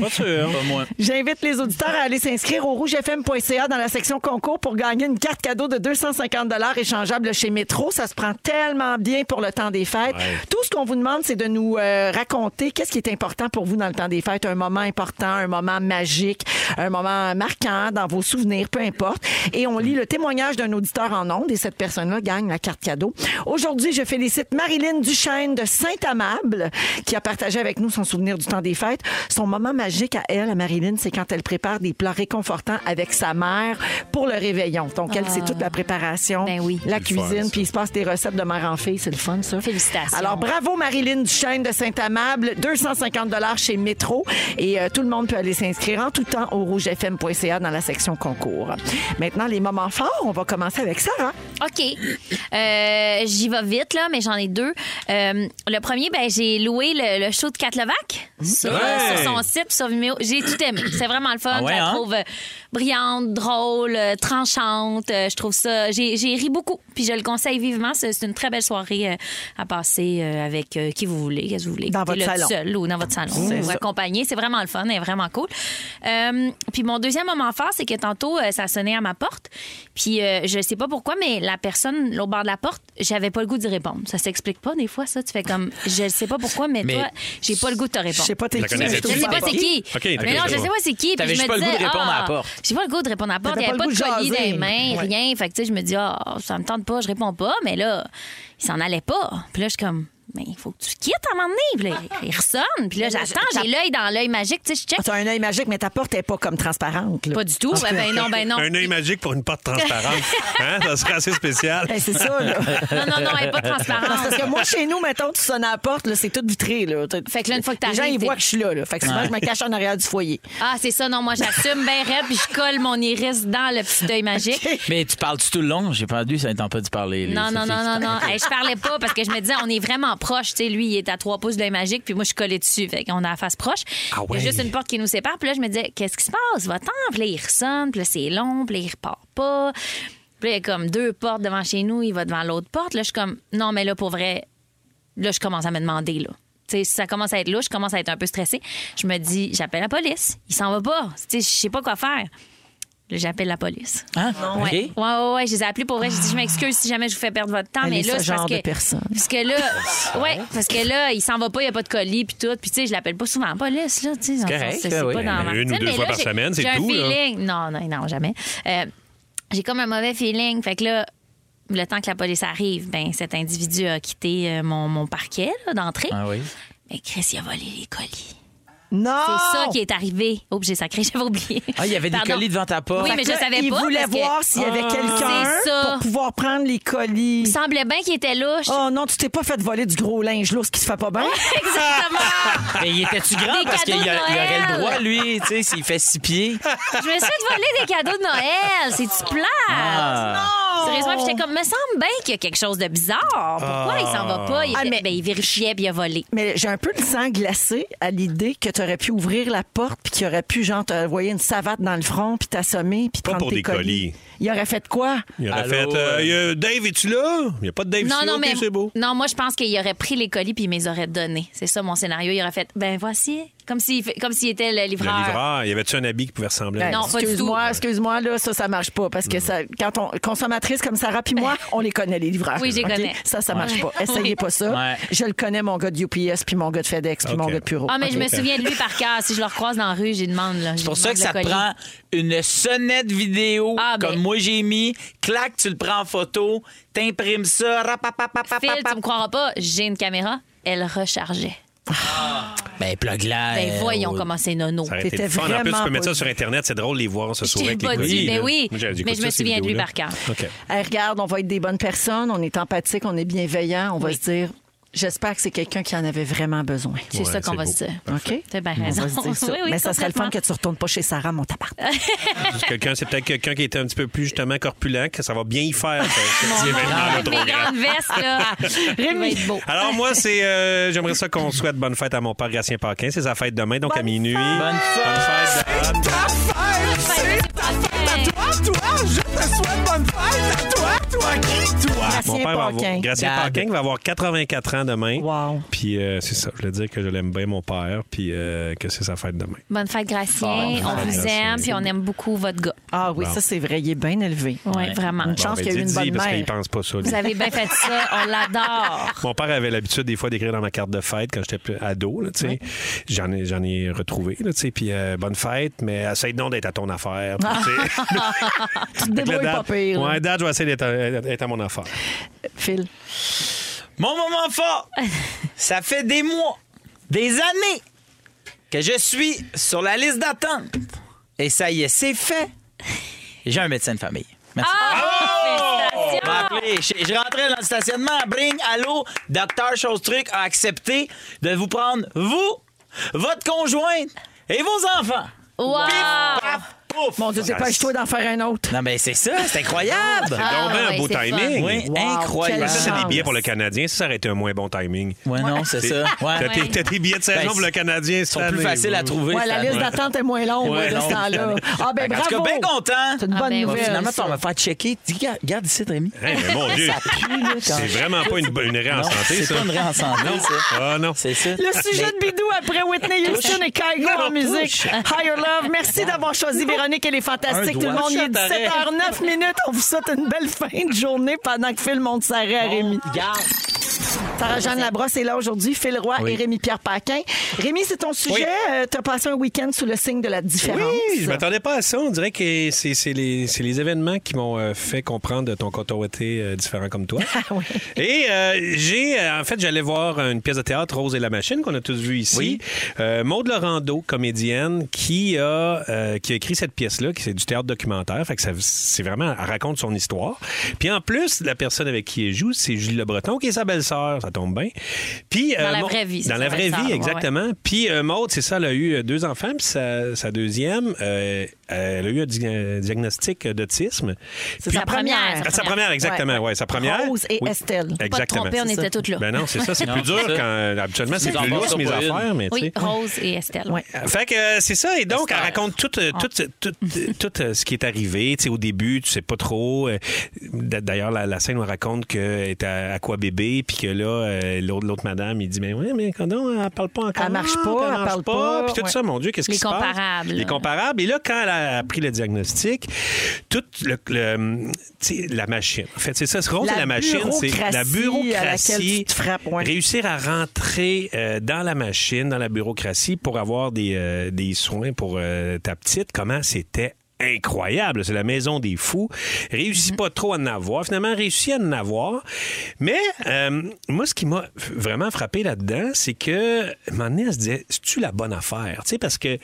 A: Pas sûr.
C: Pas moi.
B: J'invite les auditeurs à aller s'inscrire au rougefm.ca dans la section concours pour gagner une carte cadeau de 250 échangeable chez Métro. Ça se prend tellement bien pour le temps des fêtes.
A: Ouais.
B: Tout ce qu'on vous demande, c'est de nous euh, raconter qu'est-ce qui est important pour vous dans le temps des fêtes. Un moment important, un moment magique, un moment marquant dans vos souvenirs, peu importe. Et on lit le témoignage d'un auditeur en ondes et cette personne-là gagne la carte cadeau. Aujourd'hui, je félicite Marilyn Duchesne de Saint-Amable qui a partagé avec nous son souvenir du temps des fêtes. Son moment magique à elle, à Marilyn, c'est quand elle prépare des plats réconfortants avec sa mère pour le réveillon. Donc, elle, c'est toute la préparation,
D: Ah. Ben oui.
B: la
A: C'est le fun,
B: cuisine,
A: ça.
B: puis il se passe des recettes de mère en fille. C'est le fun, ça.
D: Félicitations.
B: Alors, bravo Marilyn Duchesne de Saint-Amable. 250 chez Métro. Et euh, tout le monde peut aller s'inscrire en tout temps au rougefm.ca dans la section concours. Maintenant, les moments forts, on va commencer avec Sarah.
D: OK. Euh, J'y vais vite, là, mais j'en ai deux. Euh, le premier, ben, j'ai loué le, le show de Kat Levac sur,
A: Ouais.
D: sur son site, sur Vimeo. J'ai tout aimé. C'est vraiment le fun.
C: Ah ouais,
D: je la
C: hein?
D: trouve euh, brillante, drôle, euh, tranchante. Euh, je trouve ça... J'ai j'ai ri beaucoup, puis je le conseille vivement. C'est c'est une très belle soirée euh, à passer euh, avec euh, qui vous voulez, qu'est-ce que vous voulez.
B: Dans
D: Écoutez-le
B: votre salon.
D: tout seul ou dans votre salon. Vous accompagner. C'est vraiment le fun. Elle est vraiment cool. Euh, puis mon deuxième moment fort, c'est que tantôt, euh, ça sonnait à ma porte. Puis euh, je sais pas pourquoi, mais la personne au bord de la porte, j'avais pas le goût d'y répondre. Ça s'explique pas des fois, ça. Tu fais comme, je sais pas pourquoi, mais,
C: Mais-
D: toi, j'ai pas le goût de te
B: Je
D: répondre.
B: sais pas, t'es
A: Je la
B: qui,
A: connaissais
B: mais
D: Je
A: pas.
B: trouve
D: sais
B: ça
D: pas c'est qui.
A: Ok,
D: mais non,
A: d'accord,
D: je
A: je
D: sais
A: vois.
D: pas c'est qui. Puis
C: T'avais
D: je me
C: juste pas le goût
D: disais,
C: de répondre à la
D: ah,
C: porte.
D: J'ai pas le goût de répondre à la porte. Il
B: T'avais
D: n'y
B: pas
D: avait pas
B: le
D: de
B: goût de
D: collier dans les
B: jaser.
D: mains,
B: Ouais.
D: rien. Fait que tu sais, je me dis, ah, ça me tente pas, je réponds pas. Mais là, il s'en allait pas. Puis là, je suis comme, mais il faut que tu quittes à un moment donné. Puis là, il- il ressonne. Puis là, j'attends, j'ai l'œil dans l'œil magique. Tu sais, je check.
B: Ah, T'as un œil magique, mais ta porte est pas comme transparente. là.
D: Pas du tout. Ben, ben non, ben non.
A: Un œil magique pour une porte transparente. Hein? Ça serait assez spécial.
B: Ben, c'est ça, là.
D: Non, non, non, elle est pas
B: Non, c'est
D: transparente.
B: parce que moi, chez nous, mettons, tu sonnes à la porte, là, c'est tout vitré. Là. T'as-
D: Fait que là, une fois que
B: Les gens,
D: t'arrives,
B: ils
D: t'es-
B: voient que je suis là. là. Fait que souvent, je me cache en arrière du foyer.
D: Ah, c'est ça, non, moi j'assume bien raide, puis je colle mon iris dans le petit œil magique.
C: Mais tu parles-tu tout le long? J'ai perdu, ça n'entend pas dû parler. là.
D: Non, non,
C: Ça
D: non,
C: fait-
D: non, non. Hey, je parlais pas parce que je me disais, on est vraiment proche. Tu sais, lui, il est à trois pouces de l'œil magique, puis moi, je suis collée dessus. Fait qu'on a la face proche.
A: Ah ouais.
D: Il y a juste une porte qui nous sépare. Puis là, je me disais, qu'est-ce qui se passe? Va-t'en. Puis là, il ressonne, puis là, c'est long, puis là, il repart pas. Puis là, il y a comme deux portes devant chez nous, il va devant l'autre porte. Là, je suis comme, non, mais là, pour vrai, là, je commence à me demander, là. Tu sais, si ça commence à être louche, je commence à être un peu stressée. Je me dis, j'appelle la police. Il s'en va pas. Tu sais, je sais pas quoi faire. Là, j'appelle la police.
C: Hein?
D: Ouais.
C: OK.
D: ouais, ouais, ouais, je les ai appelés pour vrai. J'ai dit, je m'excuse si jamais je vous fais perdre votre temps,
B: Elle
D: mais
B: est
D: là,
B: ce
D: c'est parce
B: genre
D: que.
B: de personne.
D: Parce que là, ouais,
C: hein?
D: parce que là, il s'en va pas, il n'y a pas de colis, puis tout. Puis, tu sais, je l'appelle pas souvent en police, là, tu sais. dans le
C: correct,
D: sens, C'est
C: ben
D: c'est
C: oui.
D: pas dans
A: Mais une ou
D: Martine,
A: deux
D: mais
A: fois
D: là,
A: par
D: j'ai-
A: semaine, c'est
D: j'ai un
A: tout, là.
D: feeling. Non, non, non, jamais. Euh, j'ai comme un mauvais feeling. Fait que là, le temps que la police arrive, ben cet individu a quitté euh, mon, mon parquet là, d'entrée.
C: Ah oui.
D: Mais Chris, il a volé les colis.
B: Non!
D: C'est ça qui est arrivé. Oh, j'ai sacré, j'avais oublié.
C: Ah, il y avait des
D: Pardon.
C: colis devant ta porte.
D: Oui, mais je
B: Là,
D: savais
B: il
D: pas.
B: voulait
D: parce que- Ah.
B: voir s'il y avait quelqu'un
D: C'est ça.
B: pour pouvoir prendre les colis.
D: Il semblait bien qu'il était louche.
B: Oh non, tu t'es pas fait voler du gros linge lourd, ce qui se fait pas bien.
D: Ah. Exactement.
C: Mais il était-tu grand?
D: Ah. Des
C: Parce qu'il
D: cadeaux
C: a- il
D: de
C: aurait
D: Noël.
C: le droit, lui, tu sais, s'il fait six pieds.
D: Je me suis fait voler des cadeaux de Noël. C'est-tu plate? Sérieusement, puis j'étais comme, me semble bien qu'il y a quelque chose de bizarre. Pourquoi il s'en va pas? Il,
B: Ah,
D: fait-
B: mais-
D: ben, il vérifiait puis il a volé.
B: Mais j'ai un peu le sang glacé à l'idée que tu aurais pu ouvrir la porte puis qu'il aurait pu, genre, te voyer une savate dans le front puis t'assommer puis
A: Pas
B: prendre
A: pour
B: tes
A: des
B: colis.
A: colis.
B: Il aurait fait quoi?
A: Il aurait
C: Allô,
A: fait euh, euh, Dave, es-tu là? Il n'y a pas de Dave ici,
D: Non, non,
A: OK,
D: mais.
A: c'est beau.
D: Non, moi, je pense qu'il aurait pris les colis puis il me les aurait donnés. C'est ça mon scénario. Il aurait fait ben voici. Comme s'il fait- comme s'il était le
A: Le
D: livreur.
A: livreur, y avait-tu un habit qui pouvait ressembler à
B: Hey,
A: un-
D: Non, pas du
B: Ben, excuse-moi, excuse-moi, là, ça, ça marche pas. Parce que ça, quand on, consommatrice comme Sarah puis moi, on les connaît, les livreurs.
D: Oui, je les
B: OK?
D: connais.
B: Ça, ça marche pas. Essayez
D: Oui.
B: pas ça.
C: Ouais.
B: Je le connais, mon gars de UPS, puis mon gars de FedEx, puis
A: OK.
B: mon gars de bureau.
D: Ah, mais je
B: OK.
D: me souviens de lui par cœur. Si je le recroise dans la rue, j'ai demande. là.
C: C'est pour ça que ça te prend une sonnette vidéo,
D: Ah, ben.
C: comme moi j'ai mis. Clac, tu le prends en photo, t'imprimes ça. rapapapapapap.
D: Phil, tu me croiras pas, j'ai une caméra. Elle rechargeait.
C: Ben, plug-la.
D: Ben
C: euh,
D: voyons
C: au-
D: comment c'est nono.
A: Ça aurait été
B: T'étais
A: le fun. En plus, tu
B: vraiment
A: peux mettre
B: pas
A: ça sur Internet. C'est drôle, les voir, se
D: Je
A: sauver
D: t'ai
A: avec
D: pas
A: les
D: dit,
A: couilles,
D: ben
A: là.
D: oui.
A: Moi, j'écoute
D: Mais je
A: ça,
D: me
A: ces
D: souviens de lui
A: vidéos-là.
D: par cœur.
A: OK.
B: Hey, regarde, on va être des bonnes personnes, on est empathique, on est bienveillant, on va
D: Oui.
B: se dire, j'espère que c'est quelqu'un qui en avait vraiment besoin.
D: C'est
A: Ouais,
D: ça qu'on
A: c'est
D: va
A: beau.
D: se dire.
B: OK?
D: T'as bien
B: On
D: raison.
B: va se dire ça.
D: Oui, oui,
B: mais ça serait le fun
D: complètement.
B: que tu retournes pas chez Sarah, mon tapart.
A: Juste quelqu'un, c'est peut-être quelqu'un qui était un petit peu plus justement corpulent, que ça va bien y faire. ce- ce petit événement-là
D: Avec
A: trop
D: mes
A: grand.
D: grandes vestes, là. Il va être beau.
A: Alors moi, c'est euh, j'aimerais ça qu'on souhaite bonne fête à mon père Gratien Paquin. C'est sa fête demain, donc à minuit.
C: Bonne fête.
A: Bonne fête. Dan. Mon père va avoir, Gratien
C: Dad.
A: Paquin qui va avoir 84 ans demain.
B: Wow.
A: Puis euh, c'est ça, je voulais dire que je l'aime bien, mon père, puis euh, que c'est sa fête demain.
D: Bonne fête, Gracien.
A: Bonne
D: on
A: fête,
D: vous
A: Gracien.
D: aime, puis on aime beaucoup votre gars.
B: Ah oui, ça, c'est vrai, il est bien élevé.
D: Oui, vraiment.
B: Une chance
A: ben,
B: qu'il y a eu une
A: dis-y,
B: bonne
A: parce
B: mère.
A: qu'il pense pas ça. lui.
D: Vous avez bien fait ça. On l'adore.
A: Mon père avait l'habitude des fois d'écrire dans ma carte de fête quand j'étais plus ado. là, tu sais. J'en ai, j'en ai retrouvé. là, tu sais. Puis euh, bonne fête, mais essaye donc d'être à ton affaire. puis, tu sais.
C: Ah,
B: Tu te
A: Fait que là,
B: débrouilles pas
A: dad-
B: pire. là.
A: Ouais, dad, je vais essayer d'être à, d'être à mon affaire.
B: Phil.
C: Mon moment fort, ça fait des mois, des années que je suis sur la liste d'attente. Et ça y est, c'est fait. J'ai un médecin de famille. Merci.
B: Oh!
D: Félicitations.
C: On
B: Ah!
C: m'a appelé. Je, je rentrais dans le stationnement. Bring, allô, docteur Chose Truc a accepté de vous prendre, vous, votre conjointe et vos enfants.
D: Wow.
C: Pif, paf, pouf.
B: Mon Dieu, dépêche-toi d'en faire un autre.
C: Non, mais c'est ça, c'est incroyable.
D: Ah,
A: Ah, donc bien un
D: ouais,
A: beau
D: c'est
A: timing.
D: fun.
C: Oui,
B: Wow,
C: incroyable.
B: quelle
A: Ben, ça, c'est des
B: chance.
A: billets pour le Canadien. Ça, ça aurait été un moins bon timing.
C: Ouais, non, c'est ça. Ouais.
A: T'as tes-
D: Ouais.
A: t'as tes billets de
C: Ben,
A: saison pour le
C: c'est-
A: Canadien.
C: Ils sont plus faciles à trouver.
B: Ouais, la
C: cette
B: liste
C: année.
B: d'attente est moins longue
C: Ouais,
B: ouais, de
C: non,
B: ce temps-là.
C: c'est-
B: Ah,
C: En
B: ben
C: tout
B: bravo!
C: cas, bien content.
B: C'est une
D: Ah,
B: bonne
D: ben,
C: Bon,
B: nouvelle.
C: finalement,
B: ça.
C: on va faire checker. Dis, regarde- Regarde ici, Rémi.
A: Hey, Hein, mais mon Dieu, c'est vraiment pas une, une raie en
C: Non,
A: santé,
C: c'est
A: ça.
C: pas une raie en santé, ça.
A: Ah non.
C: C'est ça.
B: Le sujet de Bidou après Whitney Houston et Kygo en musique. Higher Love, merci d'avoir choisi Véronique, elle est fantastique.
C: Un
B: Tout
C: doigt.
B: le monde, il est
C: Chat, arrête.
B: 17h09 minutes. On vous souhaite une belle fin de journée pendant que Phil monte sa raie à Rémi.
C: Regarde.
B: Sarah-Jeanne Labrosse est là aujourd'hui, Phil Roy et Rémi-Pierre Paquin. Rémi, c'est ton sujet. tu as passé un week-end sous le signe de la différence.
A: Oui, je m'attendais pas à ça. On dirait que c'est c'est les, c'est les événements qui m'ont euh, fait comprendre ton cotorité euh, différent comme toi.
D: Ah
A: Et euh, j'ai, euh, en fait, j'allais voir une pièce de théâtre, Rose et la machine, qu'on a tous vue ici. Euh, Maude Laurando, comédienne, qui a, euh, qui a écrit cette pièce-là, qui c'est du théâtre documentaire. Fait que ça- c'est vraiment, elle raconte son histoire. Puis en plus, la personne avec qui elle joue, c'est Julie Le Breton, qui est sa belle-sœur. Ça tombe bien. Puis, euh,
D: Dans la
A: Maude-
D: vraie vie, c'est
A: Dans la
D: sa
A: vraie
D: belle-sœur,
A: vie,
D: ouais,
A: exactement. Exactement. Puis euh, Maude, c'est ça, elle a eu euh, deux enfants, puis sa, sa deuxième, euh, elle a eu un di- un diagnostico d'autisme.
B: C'est
A: Puis-
B: sa première.
A: Ah, Sa première, exactement, ouais, sa première.
B: Rose et
A: Oui.
B: Estelle. Faut pas te
A: Exactement.
D: tromper, on
A: C'est ça.
D: était toutes là.
A: Ben non, c'est ça, c'est
C: Non,
A: plus dur
C: c'est ça.
A: quand euh, habituellement c'est
C: Nous en
A: plus lousse
C: passons
A: mes
C: pas une.
A: affaires, mais tu
D: Oui,
A: sais.
D: Rose et Estelle.
B: Ouais.
A: Fait que euh, c'est ça. Et donc, elle
C: Esther.
A: raconte tout, euh,
B: Ah.
A: tout, euh, tout, euh, tout, euh, ce qui est arrivé. Tu sais, au début, tu sais pas trop. euh, d- D'ailleurs, la, la scène où elle raconte qu'elle est à, à quoi bébé, puis que là, euh, l'autre l'autre madame, il dit Mais ouais, mais non, elle parle pas encore.
B: Elle marche pas, elle
A: marche
B: parle pas.
A: Puis tout
B: Ouais.
A: ça, mon Dieu, qu'est-ce
D: Les
A: qui se passe?
D: comparables.
A: Les comparables. Et là, quand elle a pris le diagnostic, toute le, le- tu sais, la machine. En fait, c'est ça, ce rôle,
B: La
A: c'est la machine. C'est la
B: bureaucratie à laquelle tu
A: bureaucratie.
B: te frappes, ouais.
A: Réussir à rentrer euh, dans la machine, dans la bureaucratie pour avoir des, euh, des soins pour euh, ta petite, comment c'était incroyable. C'est la maison des fous. Réussit pas trop à en avoir. Finalement, réussit à en avoir. Mais euh, moi, ce qui m'a vraiment frappé là-dedans, c'est que, à un moment donné, elle se disait, c'est-tu la bonne affaire? Tu sais, parce que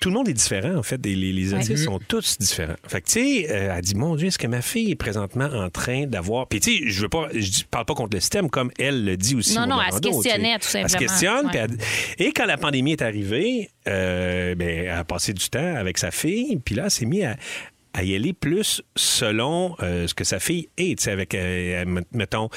A: tout le monde est différent, en fait. Et Les, les autistes sont tous différents. Fait que, tu sais, euh, elle dit, mon Dieu, est-ce que ma fille est présentement en train d'avoir... Puis, tu sais, je veux pas... Je dis- parle pas contre le système, comme elle le dit aussi.
D: Non,
A: Maud
D: non, elle se
A: Landau, tu sais.
D: questionnait, tout
A: Elle se
D: simplement.
A: questionne.
D: Ouais.
A: puis elle- Et quand la pandémie est arrivée, euh, ben, elle a passé du temps avec sa fille. Puis là, elle s'est mise à à y aller plus selon euh, ce que sa fille est. Tu sais, avec, euh, met- mettons,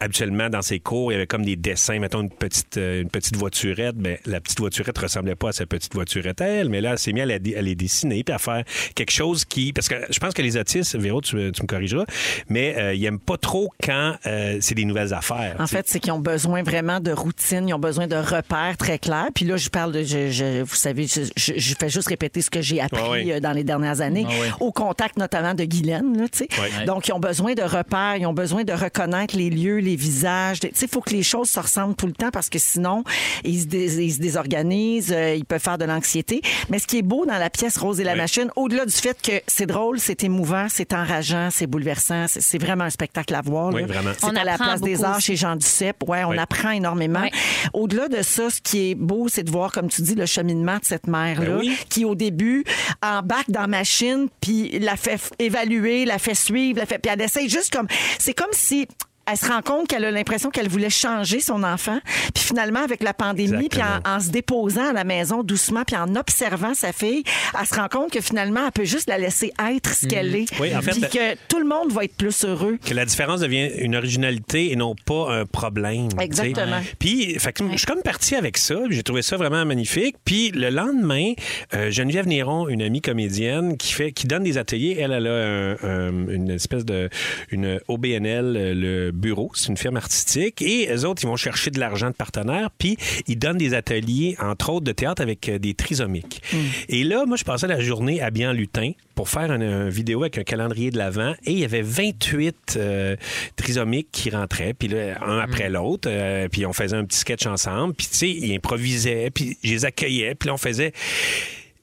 A: habituellement, dans ses cours, il y avait comme des dessins, mettons, une petite, euh, une petite voiturette. Ben, la petite voiturette ressemblait pas à sa petite voiturette à elle, mais là, elle s'est mise à, la dé- à les dessiner puis à faire quelque chose qui. Parce que je pense que les autistes, Véro, tu, tu me corrigeras, mais euh, ils aiment pas trop quand euh, c'est des nouvelles affaires.
B: En
A: tu sais.
B: fait, c'est qu'ils ont besoin vraiment de routine, ils ont besoin de repères très clairs. Puis là, je parle de, je, je- vous savez, je, je- je fais juste répéter ce que j'ai appris
A: Ah oui.
B: euh, dans les dernières années,
C: Ah oui.
B: au contact notamment de Guylaine, là, tu sais.
A: Oui.
B: Donc, ils ont besoin de repères, ils ont besoin de reconnaître les lieux, les visages. Tu sais, il faut que les choses se ressemblent tout le temps parce que sinon, ils se, dés- ils se désorganisent, euh, ils peuvent faire de l'anxiété. Mais ce qui est beau dans la pièce Rose et la
A: Oui.
B: machine, au-delà du fait que c'est drôle, c'est émouvant, c'est enrageant, c'est bouleversant, c'est- c'est vraiment un spectacle à voir.
A: Oui,
B: là.
A: vraiment.
B: C'est
D: On
B: à la
D: apprend
B: place des
D: beaucoup
B: arts
D: aussi.
B: chez Jean Duceppe. Ouais, on
A: Oui.
B: apprend énormément.
D: Oui.
B: Au-delà de ça, ce qui est beau, c'est de voir, comme tu dis, le cheminement de cette mère-là,
A: Ben oui.
B: qui au début embarque dans la machine, puis la fait f- évaluer, la fait suivre, la fait, puis elle essaie juste comme, c'est comme si elle se rend compte qu'elle a l'impression qu'elle voulait changer son enfant, puis finalement avec la pandémie, puis en,
A: Exactement.
B: en se déposant à la maison doucement, puis en observant sa fille, elle se rend compte que finalement elle peut juste la laisser être ce qu'elle est,
A: Mhm. Oui, en fait,
B: puis que tout le monde va être plus heureux.
A: que la différence devient une originalité et non pas un problème. tu sais.
B: Exactement.
A: Puis, fait que je suis comme parti avec ça. puis J'ai trouvé ça vraiment magnifique. Puis le lendemain, euh, Geneviève Néron, une amie comédienne qui fait, qui donne des ateliers. Elle, elle a un- un- une espèce de une OBNL, euh, le bureau, c'est une firme artistique. Et les autres, ils vont chercher de l'argent de partenaires. Puis ils donnent des ateliers, entre autres, de théâtre avec euh, des trisomiques. Et là, moi, je passais la journée habillée en lutin pour faire une, une vidéo avec un calendrier de l'avant. Et il y avait 28 euh, trisomiques qui rentraient, puis là, un après l'autre. euh, puis on faisait un petit sketch ensemble. Puis tu sais, ils improvisaient, puis je les accueillais. Puis là, on faisait...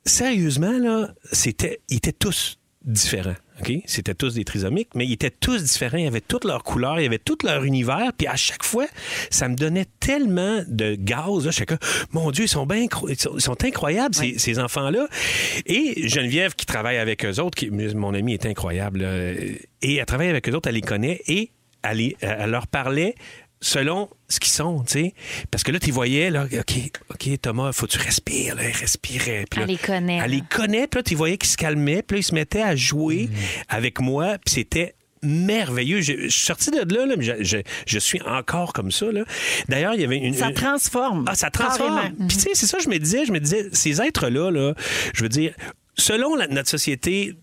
A: Sérieusement, là, c'était... Ils étaient tous différents. OK? C'était tous des trisomiques, mais ils étaient tous différents. Ils avaient toutes leurs couleurs, ils avaient tout leur univers. Puis à chaque fois, ça me donnait tellement de gaz. Là, chacun, mon Dieu, ils sont, bien incro- ils sont- ils sont incroyables, ces- ces, enfants-là. Et Geneviève, qui travaille avec eux autres, qui, mon amie est incroyable, là, et elle travaille avec eux autres, elle les connaît et elle, les- elle leur parlait selon ce qu'ils sont, tu sais. Parce que là, tu voyais, là, OK, OK, Thomas, faut que tu respires, là, il respirait. Puis là,
D: Elle les connaît,
A: Elle
D: là.
A: les connaît, puis là, tu voyais qu'ils se calmaient, puis là, ils se mettaient à jouer avec moi, puis c'était merveilleux. Je, je suis sorti de là, là, mais je, je- je suis encore comme ça, là. D'ailleurs, il y avait une...
B: Ça
A: une-
B: transforme.
A: ah, ça transforme.
B: Carrément.
A: Puis tu sais, c'est ça, je me disais, je me disais, ces êtres-là, là, je veux dire, selon la- notre société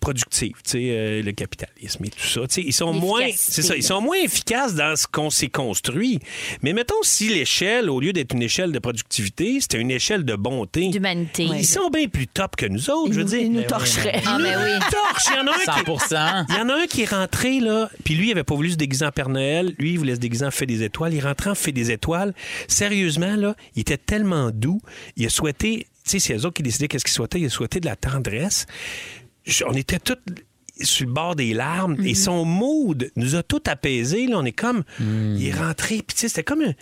A: productive, tu sais, euh, le capitalisme et tout ça, tu sais, ils sont moins,
D: L'efficacité,
A: c'est ça, ils
D: là.
A: sont moins efficaces dans ce qu'on s'est construit. Mais mettons si l'échelle, au lieu d'être une échelle de productivité, c'était une échelle de bonté,
D: D'humanité.
A: Ils sont bien plus top que nous autres,
B: Il
A: je veux
B: nous-
A: dire.
B: il nous
A: Mais
B: torcherait.
D: Ah, mais oui.
A: torche, il y en a un qui
C: 100
A: il y en a un qui est rentré, là, puis lui, il avait pas voulu se déguiser en Père Noël. Lui, il voulait se déguiser en Fait des Étoiles. Il rentrait en Fait des Étoiles. Sérieusement, là, il était tellement doux. Il a souhaité, tu sais, c'est eux autres qui décidaient qu'est-ce qu'ils souhaitaient. Il a souhaité de la tendresse. Je- on était tous sur le bord des larmes et son mood nous a tout apaisés. Là, on est comme, il est rentré, puis tu sais, c'était comme un,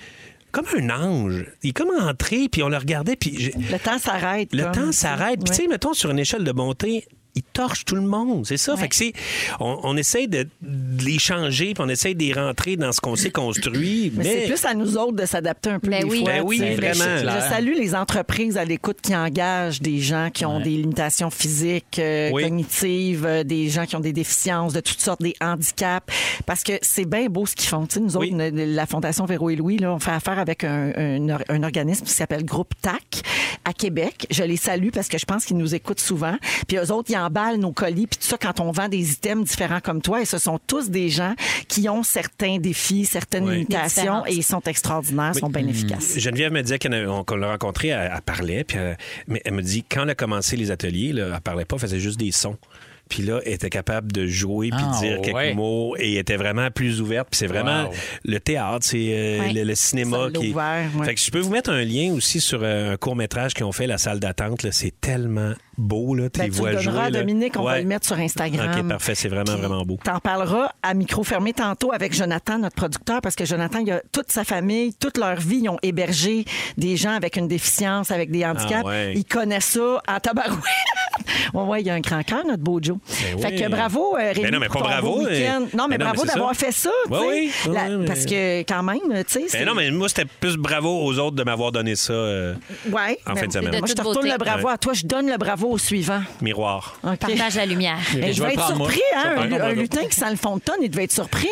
A: comme un ange. Il est comme rentré, puis on le regardait, puis j'ai-
B: Le temps s'arrête.
A: le
B: comme,
A: temps
B: tu sais.
A: s'arrête. Puis,
B: Ouais.
A: tu sais, mettons, sur une échelle de bonté, ils torchent tout le monde. C'est ça. Fait que c'est. On, on essaie de, de les changer, puis on essaie d'y rentrer dans ce qu'on s'est construit. mais
B: Mais, c'est plus à nous autres de s'adapter un peu.
D: Ben
B: des
D: oui.
B: fois,
A: Ben oui,
B: tu sais.
A: vraiment.
B: Je- Je,
C: Clair.
B: salue les entreprises à l'écoute qui engagent des gens qui ont des limitations physiques, euh,
A: Oui.
B: cognitives, euh, des gens qui ont des déficiences de toutes sortes, des handicaps. Parce que c'est bien beau ce qu'ils font. Tu sais, nous autres,
A: Oui.
B: ne- la Fondation Véro et Louis, là, on fait affaire avec un, un or- un organisme qui s'appelle Groupe TAC à Québec. Je les salue parce que je pense qu'ils nous écoutent souvent. Puis eux autres, ils emballent nos colis. Puis tout ça, quand on vend des items différents comme toi, et ce sont tous des gens qui ont certains défis, certaines
A: Oui. hmm.
B: limitations
D: Différentes.
B: et ils sont extraordinaires, ils sont bien efficaces.
A: Geneviève me disait qu'on avait- on- qu'on l'a rencontrée, elle, elle parlait, puis elle, mais elle me dit quand elle a commencé les ateliers, là, elle parlait pas, elle faisait juste des sons. Puis là, elle était capable de jouer puis
C: Ah,
A: de dire quelques
C: ouais.
A: mots et elle était vraiment plus ouverte. Puis c'est vraiment
C: Wow.
A: le théâtre, c'est euh,
D: Ouais.
A: le, le cinéma
B: Ça l'a
A: qui. est-
B: ouvert, ouais.
A: Fait que je peux vous mettre un lien aussi sur euh, un court métrage qu'ils ont fait, la salle d'attente. là. C'est tellement beau là, tes
B: Ben, tu
A: voix
B: le donneras
A: jouer.
B: à
A: là.
B: Dominique, on va
A: Ouais.
B: le mettre sur Instagram.
A: Ok, parfait, c'est vraiment,
B: Puis,
A: vraiment beau.
B: T'en parleras à micro fermé tantôt avec Jonathan, notre producteur, parce que Jonathan, il a toute sa famille, toute leur vie, ils ont hébergé des gens avec une déficience, avec des handicaps.
A: Ah ouais.
B: Ils connaissent ça en tabarouette. Ouais, ouais, il y a un grand cœur, notre beau Joe.
A: Ben
B: fait
A: oui.
B: que bravo, euh,
A: Ben
B: Rémi.
A: non, mais
B: pour
A: pas
B: ton beau
A: bravo, mais-
B: week-end. Non, mais
A: Ben non,
B: bravo
A: mais c'est
B: d'avoir
A: ça.
B: fait ça. tu
A: Ouais,
B: sais.
A: oui. Ouais,
B: La-
A: mais-
B: Parce que, quand même, tu sais. c'est-
A: Ben non, mais moi, c'était plus bravo aux autres de m'avoir donné ça, euh,
B: Ouais.
A: En
B: Mais-
A: fin de semaine. De
B: Moi, je te
D: toute
B: retourne
D: beauté.
B: le bravo à toi. Je donne le bravo au suivant.
A: miroir.
B: OK.
D: Partage la lumière.
B: Eh, je
C: vais le
B: vais être
C: prendre, moi.
B: surpris,
C: Je vais
B: hein, un,
C: prendre
B: un
C: mon
B: lutin qui sent le fond de tonne, il devait être surpris.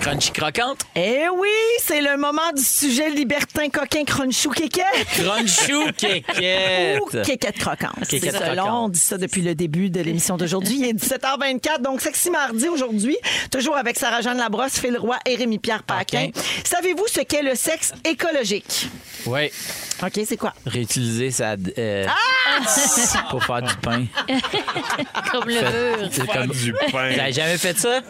C: Crunchy croquante.
B: eh oui, c'est le moment du sujet libertin coquin crunchou kékette.
C: Crunchou
B: Ou
C: kékette.
B: Kékette croquante. C'est
C: Kékette
B: ça,
C: croquante.
B: là, on dit ça depuis le début de l'émission d'aujourd'hui. Il est 17h24, donc sexy mardi aujourd'hui. Toujours avec Sarah-Jeanne Labrosse, Phil Roy et Rémi-Pierre Paquin.
C: Paquin.
B: Savez-vous ce qu'est le sexe écologique?
C: Oui.
B: OK, c'est quoi?
C: Réutiliser ça
B: Ah!
C: pour faire du pain.
D: Comme le beurre.
C: C'est
B: Ah.
C: comme
A: Du
C: T'as
A: pain.
C: jamais fait ça?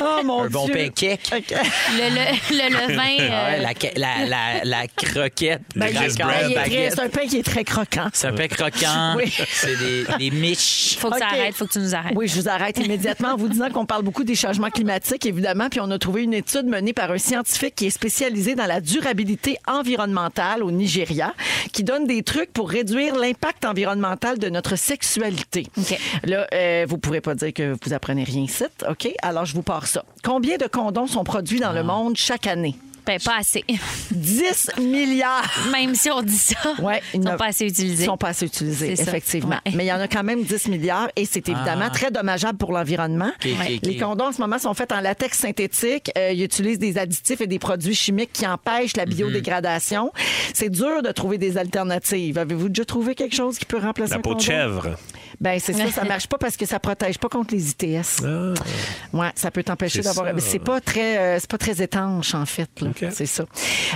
B: Oh mon
C: Un
B: Dieu!
C: bon pain cake.
B: OK.
D: Le, le, le, le vin. euh,
C: Ouais, la, ca- la, la, la croquette.
B: Ben,
C: le
B: il est-
C: craquant,
B: ben,
A: bread.
B: il est très-
C: baguette.
B: c'est un pain qui est très croquant.
C: C'est un peu croquant.
B: Oui.
C: C'est des, des miches.
D: Faut que ça
B: OK.
D: arrête, faut que tu nous arrêtes.
B: Oui, je vous arrête immédiatement en vous disant qu'on parle beaucoup des changements climatiques, évidemment, puis on a trouvé une étude menée par un scientifique qui est spécialisé dans la durabilité environnementale au Nigeria, qui donne des trucs pour réduire l'impact environnemental de notre sexualité.
D: OK.
B: Là, euh, vous pourrez pas dire que vous apprenez rien ici, OK? Alors, je vous pars ça. Combien de condoms sont produits dans le monde chaque année?
D: Ben, pas assez.
B: 10 milliards!
D: Même si on dit ça,
B: Ouais,
D: ils
B: ne-
D: sont pas assez utilisés.
B: Ils sont pas assez utilisés,
D: C'est ça.
B: effectivement.
D: Ouais.
B: Mais il y en a quand même 10 milliards et
A: Ah.
B: c'est évidemment très dommageable pour l'environnement.
C: Ok, ok, ok.
B: Les condoms en ce moment sont faits en latex synthétique. Euh, ils utilisent des additifs et des produits chimiques qui empêchent
A: Mhm.
B: la biodégradation. C'est dur de trouver des alternatives. Avez-vous déjà trouvé quelque chose qui peut remplacer
A: La
B: un
A: peau de
B: condom?
A: chèvre.
B: Ben c'est ça, ça marche pas parce que ça protège pas contre les ITS.
A: Ah.
B: Ouais, ça peut t'empêcher
A: C'est
B: d'avoir.
A: ça.
B: mais C'est pas très, euh, c'est pas très étanche en fait. là.
A: Ok.
B: C'est ça.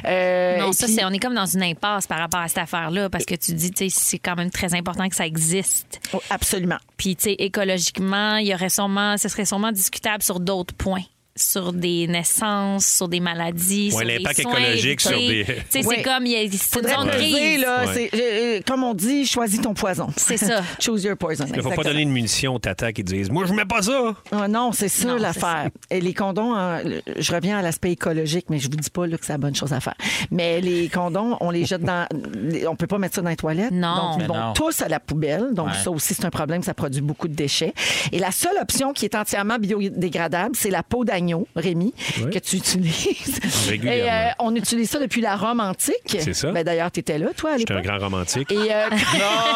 B: Euh,
D: Non,
B: et
D: ça,
B: puis-
D: c'est, on est comme dans une impasse par rapport à cette affaire-là, parce que tu dis, tu sais, c'est quand même très important que ça existe.
B: Oh, absolument.
D: Puis, tu sais, écologiquement, il y aurait sûrement, ce serait sûrement discutable sur d'autres points. Sur des naissances, sur des maladies. sur
A: Ouais,
D: des
A: l'impact
D: soins
A: écologique sur
D: évités.
A: des-
D: Tu sais,
B: Ouais.
D: c'est comme, il y a, c'est une
B: Faudrait
D: zone
B: peser,
D: grise.
B: là,
A: Ouais.
B: c'est- euh, euh, comme on dit, choisis ton poison.
D: C'est ça.
B: Choose your poison.
A: Il ne faut pas donner de munitions aux tatas qui disent Moi, je mets pas ça.
B: Ah non, c'est ça
D: Non, c'est
B: l'affaire. Et les condoms, hein, le- je reviens à l'aspect écologique, mais je vous dis pas là, que c'est la bonne chose à faire. Mais les condoms, on les jette dans. les- On peut pas mettre ça dans les toilettes.
D: Non.
B: Donc,
D: Mais
B: ils vont
C: non.
B: tous à la poubelle. Donc,
C: Ouais.
B: ça aussi, c'est un problème. Ça produit beaucoup de déchets. Et la seule option qui est entièrement biodégradable, c'est la peau d'agneau, Rémi, que tu utilises.
A: Régulièrement.
B: Et euh, on utilise ça depuis la Rome antique.
A: C'est ça.
B: Ben, D'ailleurs, tu étais là, toi, à
A: J'étais un
B: l'époque.
A: grand romantique.
B: Et, euh,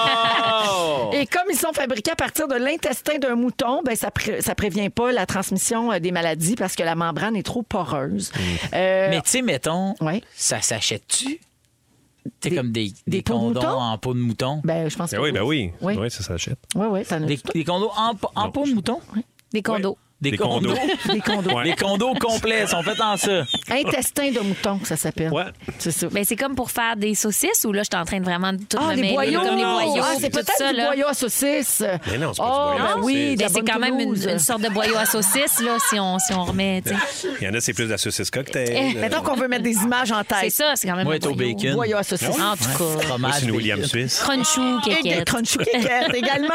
C: Oh!
B: et comme ils sont fabriqués à partir de l'intestin d'un mouton, ben ça, pré- ça prévient pas la transmission euh, des maladies parce que la membrane est trop poreuse.
A: Mm.
B: Euh,
C: Mais tu sais, mettons,
B: Ouais.
C: ça s'achète-tu? T'es
B: Des-
C: comme des, des,
B: des peaux de
C: condoms
B: mouton?
C: en peau de mouton.
B: ben, je pense
A: Ben
B: que
A: oui, ben oui.
B: Oui.
A: Oui, ça s'achète.
B: Oui, oui, t'en as
C: Des, des condos en, en peau de mouton?
D: Des condos.
C: Des,
A: Des
C: condos.
A: condos.
B: des condos.
A: Ouais.
C: Les condos complets sont faits en ça.
B: Intestin de mouton, ça s'appelle.
A: Ouais.
B: C'est ça.
D: Ben, c'est comme pour faire des saucisses, ou là, je suis en train de vraiment de tout
B: ah,
D: me
B: les
D: mêler,
B: boyaux!
D: Comme les boyaux.
B: Ah,
D: puis
B: c'est
D: tout
B: peut-être
D: ça,
B: du
D: là.
B: boyau à saucisse.
A: Mais non, c'est
B: oh,
A: pas du boyau à
B: ben
A: saucisse.
B: oui, de la
D: Mais c'est
B: bonne
D: quand même une,
B: pelouse.
D: une sorte de boyau à saucisse, là, si on, si on remet. tu sais.
A: Il y en a, c'est plus de la saucisse cocktail. euh,
D: Eh,
B: Mettons qu'on veut mettre des images en
D: C'est
B: tête.
D: ça, c'est quand
B: Ah,
D: même.
C: Moi,
D: un
C: être au
D: boyau.
C: bacon.
B: Boyau à saucisse.
D: En tout cas.
A: Moi,
C: Fromage.
A: c'est une William
C: bacon.
A: Suisse.
D: Crunchou,
B: Ah, Et des
D: kékette.
B: crunchou kékettes. Également,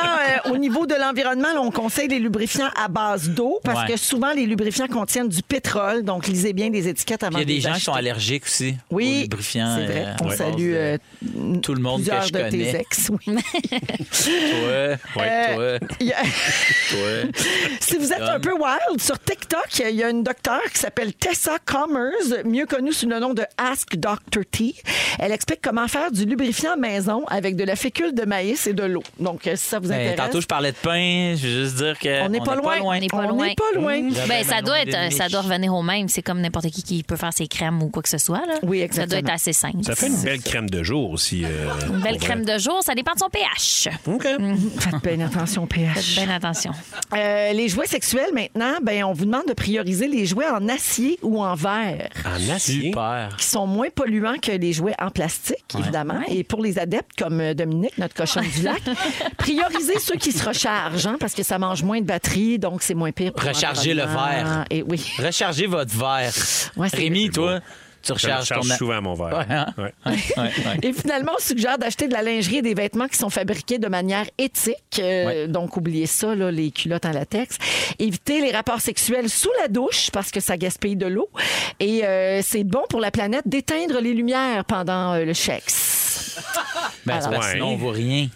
B: euh, au niveau de l'environnement, là, on conseille les lubrifiants à base d'eau parce
C: Ouais.
B: que souvent, les lubrifiants contiennent du pétrole. Donc, lisez bien les étiquettes avant
C: Puis il y a
B: de
C: des
B: les
C: gens qui
B: acheter.
C: sont allergiques aussi. aux
B: Oui, c'est
C: lubrifiants,
B: vrai.
C: euh,
B: on
C: à base
B: salue
C: de-
B: euh,
C: tout le monde que
B: plusieurs
C: je
B: de tes
C: connais.
B: ex. oui.
C: Toi,
B: Euh,
C: toi,
B: Il y a-
C: toi. Ben,
B: si vous êtes un peu wild, sur TikTok, il y a une docteure qui s'appelle Tessa Commerce, mieux connue sous le nom de Ask Dr. T. Elle explique comment faire du lubrifiant maison avec de la fécule de maïs et de l'eau. Donc, euh, si ça vous
C: Ben,
B: intéresse...
C: tantôt, je parlais de pain. Je veux juste dire que.
B: on n'est pas, loin.
D: On n'est pas
B: On
D: loin.
B: n'est pas
C: Mmh.
B: loin.
D: Ben, ça
C: Manon
D: doit être,
C: Delmiche.
D: ça doit revenir au même. C'est comme n'importe qui qui peut faire ses crèmes ou quoi que ce soit. Là.
B: Oui,
D: Ça doit être
B: exactement.
D: assez simple.
A: Ça fait une belle crème de jour aussi. euh,
D: Une belle crème de jour, ça dépend de son pH.
B: Faites bien attention,
D: Faites
B: PH.
D: bien attention.
B: Euh, les jouets sexuels, maintenant, ben, on vous demande de prioriser les jouets en acier ou en verre.
C: Ah.
A: En acier.
C: Super.
B: qui sont moins polluants que les jouets en plastique, évidemment. Et pour les adeptes, comme euh, Dominique, notre cochon du lac, priorisez ceux qui se rechargent, hein, parce que ça mange moins de batterie, donc c'est moins pire. pour
C: Rechargez le
B: l'environnement.
C: verre.
B: Et oui.
C: Rechargez votre verre.
B: Ouais, c'est-
C: Rémi, toi, tu
A: Je
C: recharges
A: recharge
C: ton.
A: souvent mon verre.
C: Ouais, hein?
A: Ouais.
C: Ouais, ouais.
B: Et finalement, on suggère d'acheter de la lingerie et des vêtements qui sont fabriqués de manière éthique. Euh,
C: Ouais.
B: Donc, oubliez ça, là, les culottes en latex. Évitez les rapports sexuels sous la douche parce que ça gaspille de l'eau. Et euh, c'est bon pour la planète d'éteindre les lumières pendant euh, le sexe.
C: Ben, c'est parce que
A: Ouais.
C: sinon, on voit rien.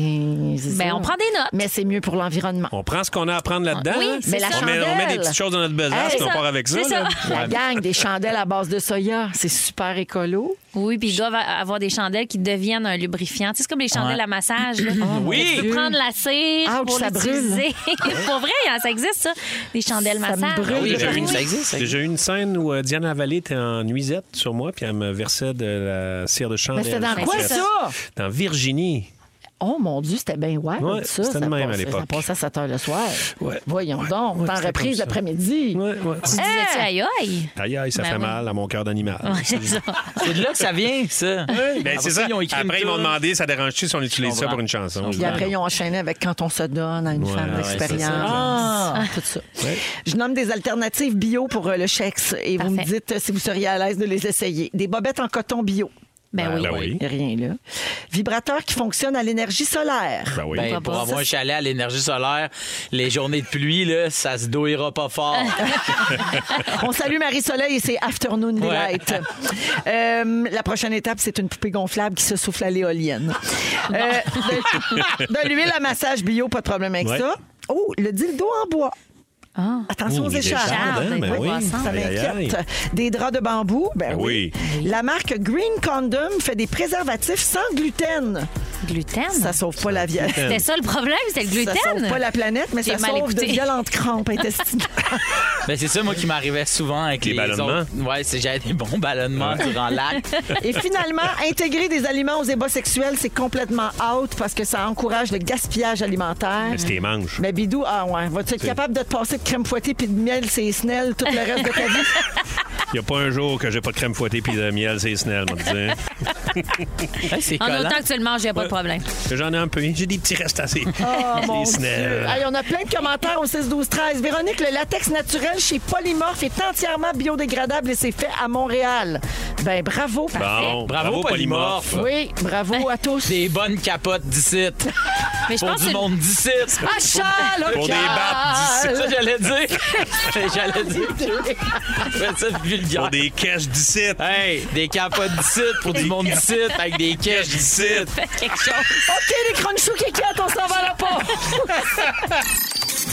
B: Ben, c'est
D: Ben,
B: ça.
D: on prend des notes.
B: Mais c'est mieux pour l'environnement.
A: On prend ce qu'on a à prendre là-dedans.
D: Oui,
A: là.
D: c'est
B: Mais la
D: ça.
A: on, met, on met des
B: chandelle.
A: petites choses dans notre besace
B: Hey,
A: et on
D: ça,
A: part avec ça.
D: c'est
A: là.
B: La
A: Ouais.
B: gang des chandelles à base de soya, c'est super écolo.
D: Oui, puis ils doivent avoir des chandelles qui deviennent un lubrifiant. Tu sais, c'est comme les chandelles
C: Ouais.
D: à massage. là.
C: Oui.
D: Tu peux prendre la cire
B: Oh Ouch,
D: pour
B: ça Ah
D: l'utiliser. Pour vrai, hein, ça existe, ça. Des chandelles
B: Ça me
D: massage.
B: brûle.
C: Ah oui,
B: Oui,
C: j'ai
B: oui.
C: eu une- ça existe. ça
A: J'ai
C: existe.
A: déjà eu une scène où euh, Diane Lavallée était en nuisette sur moi, puis elle me versait de la cire de chandelle.
B: Mais c'était dans
D: Ah,
A: sur
B: quoi,
A: la
B: ça?
A: tête. Dans Virginie.
B: Oh mon Dieu, c'était bien wild,
A: Ouais,
B: ça.
A: c'était
B: ça
A: de même à
B: passait-
A: l'époque.
B: Ça passait à 7 heures le soir.
A: Ouais.
B: Voyons donc,
A: ouais,
B: en
A: c'était comme
B: reprise
A: ça.
B: l'après-midi.
A: Ouais, ouais.
D: Tu disais-tu aïe aïe?
A: Aïe, aïe, ça
D: Ben
A: fait
D: oui.
A: mal à mon cœur d'animal.
D: Ouais, c'est ça.
C: C'est de là que ça vient, ça.
A: Oui, ben,
C: Après
A: c'est ça.
C: ils Ah, ont écrit
A: Après,
C: une
A: ils m'ont
C: toune.
A: demandé, ça dérange-tu si on utilise ça
C: comprends.
A: pour une chanson?
B: Puis après, ils ont enchaîné avec Quand on se donne à une
A: Ouais,
B: femme
A: ouais,
B: d'expérience.
A: c'est ça.
B: Ah, tout ça. Je nomme des alternatives bio pour euh, le sexe et vous me
D: Parfait.
B: dites euh, si vous seriez à l'aise de les essayer. Des bobettes en coton bio.
D: Ben oui.
A: Ben oui.
B: Rien là. Vibrateurs qui fonctionnent à l'énergie solaire.
A: Ben oui.
C: Ben, pour
D: pas.
C: avoir un chalet à l'énergie solaire, les journées de pluie, là, ça se douillera pas fort.
B: On salue Marie-Soleil et ses Afternoon Delight. Euh, la prochaine étape, c'est une poupée gonflable qui se souffle à l'éolienne. Euh, de de l'huile à massage bio, pas de problème avec
A: Ouais.
B: ça. Oh, le dildo en bois.
D: Ah.
B: Attention
A: Ouh,
B: aux
A: les
B: échardes.
A: échardes, hein, ben
D: oui.
B: Ça
A: Aïe, aïe, aïe.
B: m'inquiète. Des draps de bambou, ben,
A: Ben
B: oui. La marque Green Condom fait des préservatifs sans gluten.
D: Gluten?
B: Ça sauve pas la vie.
D: C'était ça le problème? C'était le gluten?
B: Ça sauve pas la planète, mais
D: J'ai
B: ça
D: mal
B: sauve de
D: écouté.
B: violentes crampes intestinales.
C: Ben, c'est ça, moi, qui m'arrivait souvent avec
A: Des
C: les
A: ballonnements.
C: autres. Ouais, c'est j'avais des bons ballonnements durant l'acte.
B: Et finalement, intégrer des aliments aux ébats sexuels, c'est complètement out parce que ça encourage le gaspillage alimentaire.
A: Est-ce qu'ils mangent?
B: Mais Bidou, ah ouais, vas-tu être capable de te passer de crème fouettée puis de miel, c'est snell tout le reste de ta vie?
A: Il n'y a pas un jour que j'ai pas de crème fouettée puis de miel, c'est snell, moi, tu sais.
C: Ouais, c'est
D: En
C: collant.
D: autant que tu le manges, il n'y a pas de problème.
A: J'en ai un peu. J'ai des petits restes assez.
B: Oh mon
A: C'est
B: Dieu.
A: snell.
B: Hey, on a plein de commentaires au 6-12-13. Véronique, le latex naturel chez Polymorph est entièrement biodégradable et c'est fait à Montréal. Ben bravo.
A: Bon,
C: Bravo, polymorphe.
B: Oui, bravo à tous.
C: Des bonnes capotes d'ici.
D: Mais je
C: Pour
D: pense que
C: du
D: c'est Ah,
C: monde d'ici.
B: À Charles,
A: Pour des battes
C: C'est ça que j'allais dire. j'allais dire. Fais ça vulgaire.
A: Pour des caches d'ici.
C: Hey, des capotes d'ici pour du monde d'ici avec des caches d'ici.
D: quelque chose.
B: OK, les crunchous qui quittent, on s'en va là pas.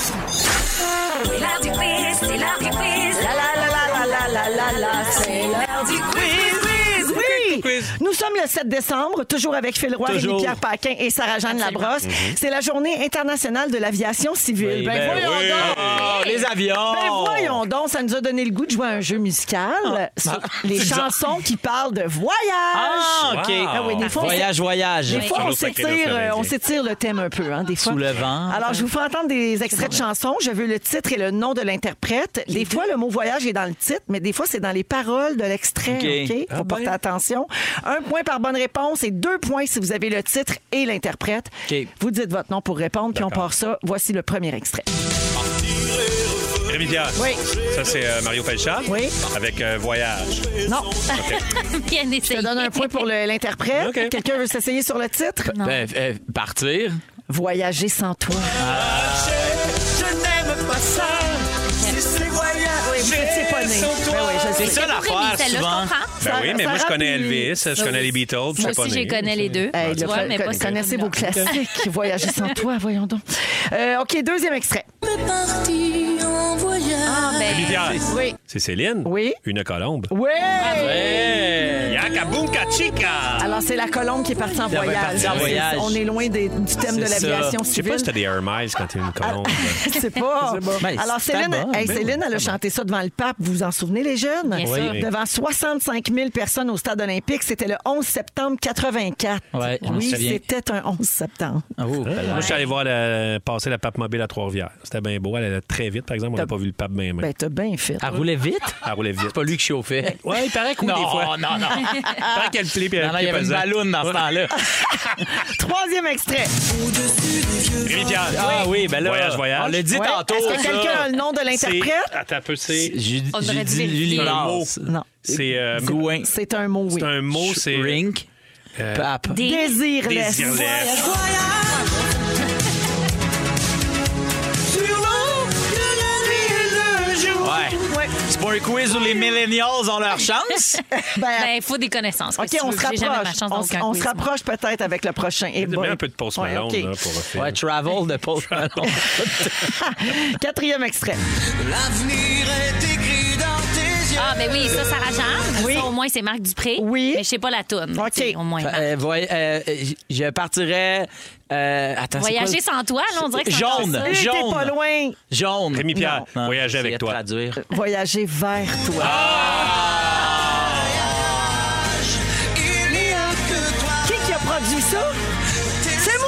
E: C'est l'heure du quiz, c'est l'heure du quiz.
B: La la la la la la la la, c'est l'heure du quiz, quiz, oui! Nous sommes le 7 décembre, toujours avec Phil Roy,
C: Toujours. Mhm.
B: Rémi-Pierre Paquin et Sarah-Jeanne Labrosse. C'est la journée internationale de l'aviation civile.
C: Oui, Oh!
B: ben,
C: ben
B: voyons
A: oui.
B: donc!
C: Oh, les avions.
B: Ben voyons donc, ça nous a donné le goût de jouer à un jeu musical sur les chansons qui parlent de voyage.
C: Ah, OK.
A: Wow.
B: Ah oui, des fois, on
C: voyage, voyage.
B: Des
D: Oui.
B: fois, on
A: Toujours sacré
B: s'étire,
A: notre
B: euh,
A: Canadien.
B: on s'étire le thème un peu, hein, des fois.
C: Sous le vent.
B: Alors, je vous fais entendre des extraits de chansons. Je veux le titre et le nom de l'interprète. Des fois, le mot voyage est dans le titre, mais des fois, c'est dans les paroles de l'extrait.
C: OK.
B: OK? Faut porter attention. Un point par bonne réponse et deux points si vous avez le titre et l'interprète.
C: OK.
B: Vous dites votre nom pour répondre, puis on part ça. Voici le premier extrait.
A: Rémi Pierre.
B: Oui.
A: Ça, c'est euh, Mario Pelchat.
B: Oui.
A: Avec euh, Voyage.
B: Non,
D: Bien essayé.
B: je te donne un point pour le- l'interprète.
A: OK.
B: Quelqu'un veut s'essayer sur le titre?
C: Ben, euh, partir.
B: Voyager sans toi. je n'aime pas ça. Si c'est voyager. Oui, vous étiez pas né. Ben oui, je le
C: C'est
B: sais.
C: ça
D: Pour Rémi,
C: l'affaire,
D: celle-là, je
C: souvent.
D: comprends.
A: Ben
B: Sarah-
A: oui, mais moi, je
B: Sarah
A: connais
B: puis-
A: Elvis, je
B: Sarah
A: connais les Beatles, je
D: Moi
A: sais pas
D: aussi,
A: né.
D: je connais les deux.
B: Hey,
D: Tu
B: là,
D: vois,
B: con-
D: mais pas
B: con- connaissez vos
D: celle-là.
B: classiques. Voyager sans toi, voyons donc. Euh, OK, deuxième extrait.
D: Ah,
A: Rémi
D: ben,
A: Pierre.
B: Oui.
A: C'est Céline.
B: Oui.
A: Une colombe.
B: Oui!
C: Hey.
A: Yakabunka Chica.
B: Alors, c'est la colombe qui est partie en
C: Elle va
B: voyage.
C: partir en
B: C'est-
C: voyage.
B: On est loin des- du thème de
C: C'est ça.
B: l'aviation
A: Je sais
B: civile.
A: pas si t'as des Air Miles quand t'es une colombe.
C: Ah.
B: Je sais pas.
C: Ben,
B: Alors,
C: c'est
B: Céline,
C: tabac,
B: hey,
C: ben
B: Céline, elle a chanté ça devant le pape. Vous vous en souvenez, les jeunes?
D: Bien Oui. sûr.
B: Devant 65 000 personnes au stade olympique. C'était le 11 septembre 84.
C: Ouais, je me
B: oui,
C: souviens.
B: c'était un 11 septembre.
C: Oh,
A: Moi, je suis allé voir la- passer la pape mobile à Trois-Rivières. C'était bien beau. Elle allait très vite, par exemple. On n'a pas vu le pape bien, bien.
B: Ben, t'as bien fait.
C: Elle roulait vite.
A: Elle roulait vite.
C: C'est pas lui qui chauffait.
A: Ouais, il paraît que oui,
C: non,
A: des fois.
C: non, non, non.
A: Tant qu'elle plie, puis elle
C: Ah. Non, il y
A: plie
C: avait une
A: pesant.
C: balloune dans ce temps-là.
B: Troisième extrait.
A: Rémi Pierre.
C: Ah oui, ben là.
A: Voyage, voyage.
C: On l'a dit
B: Ouais.
C: tantôt.
B: Est-ce que
C: ça.
B: quelqu'un a le nom de
A: C'est-
B: l'interprète?
A: Attends un peu, c'est.
C: Ju-
D: On devrait
C: Judy
D: vérifier.
C: Lulinard.
A: C'est
B: Non.
A: C'est euh,
C: Gouin.
B: C'est un mot, oui.
A: c'est un mot, c'est. Euh,
C: Rink. Pape.
D: des-
B: Désirless.
A: Désirless.
C: Ouais.
B: Ouais.
C: C'est Pour un quiz où les millennials ont leur chance.
D: Ben, il faut des connaissances.
B: OK,
D: qu'est-ce que
B: on
D: tu
B: se
D: veux? J'ai jamais ma
B: rapproche.
D: chance dans
B: On, se-
D: aucun
B: on
D: quiz,
B: se
D: moi.
B: rapproche peut-être avec le prochain. Et
A: Mets un peu de Post Malone
B: Ouais, OK.
A: là, pour le film.
C: Ouais, travel de Post Malone.
B: Quatrième extrait.
E: L'avenir est écrit dans tes yeux.
D: Ah, ben oui, ça, Sarah Jeanne.
B: Oui.
D: Ça, au moins, c'est Marc Dupré.
B: Oui.
D: Mais je sais pas la toune.
B: OK.
D: tu sais, Au moins.
C: Euh, voy- euh, j- je partirais. euh, attends, c'est
D: Voyager
C: quoi
D: sans toi, là, on dirait que c'est
C: Jaune.
D: encore ça.
B: Lui, t'es
C: Jaune.
B: pas loin.
C: le- Jaune.
A: Rémi Pierre,
C: Non.
A: voyager
C: J'essayais
A: avec
C: de
A: toi.
C: traduire.
B: Voyager vers toi.
D: Ah!
E: Il n'y a que toi.
B: Qui qui a produit ça? C'est moi!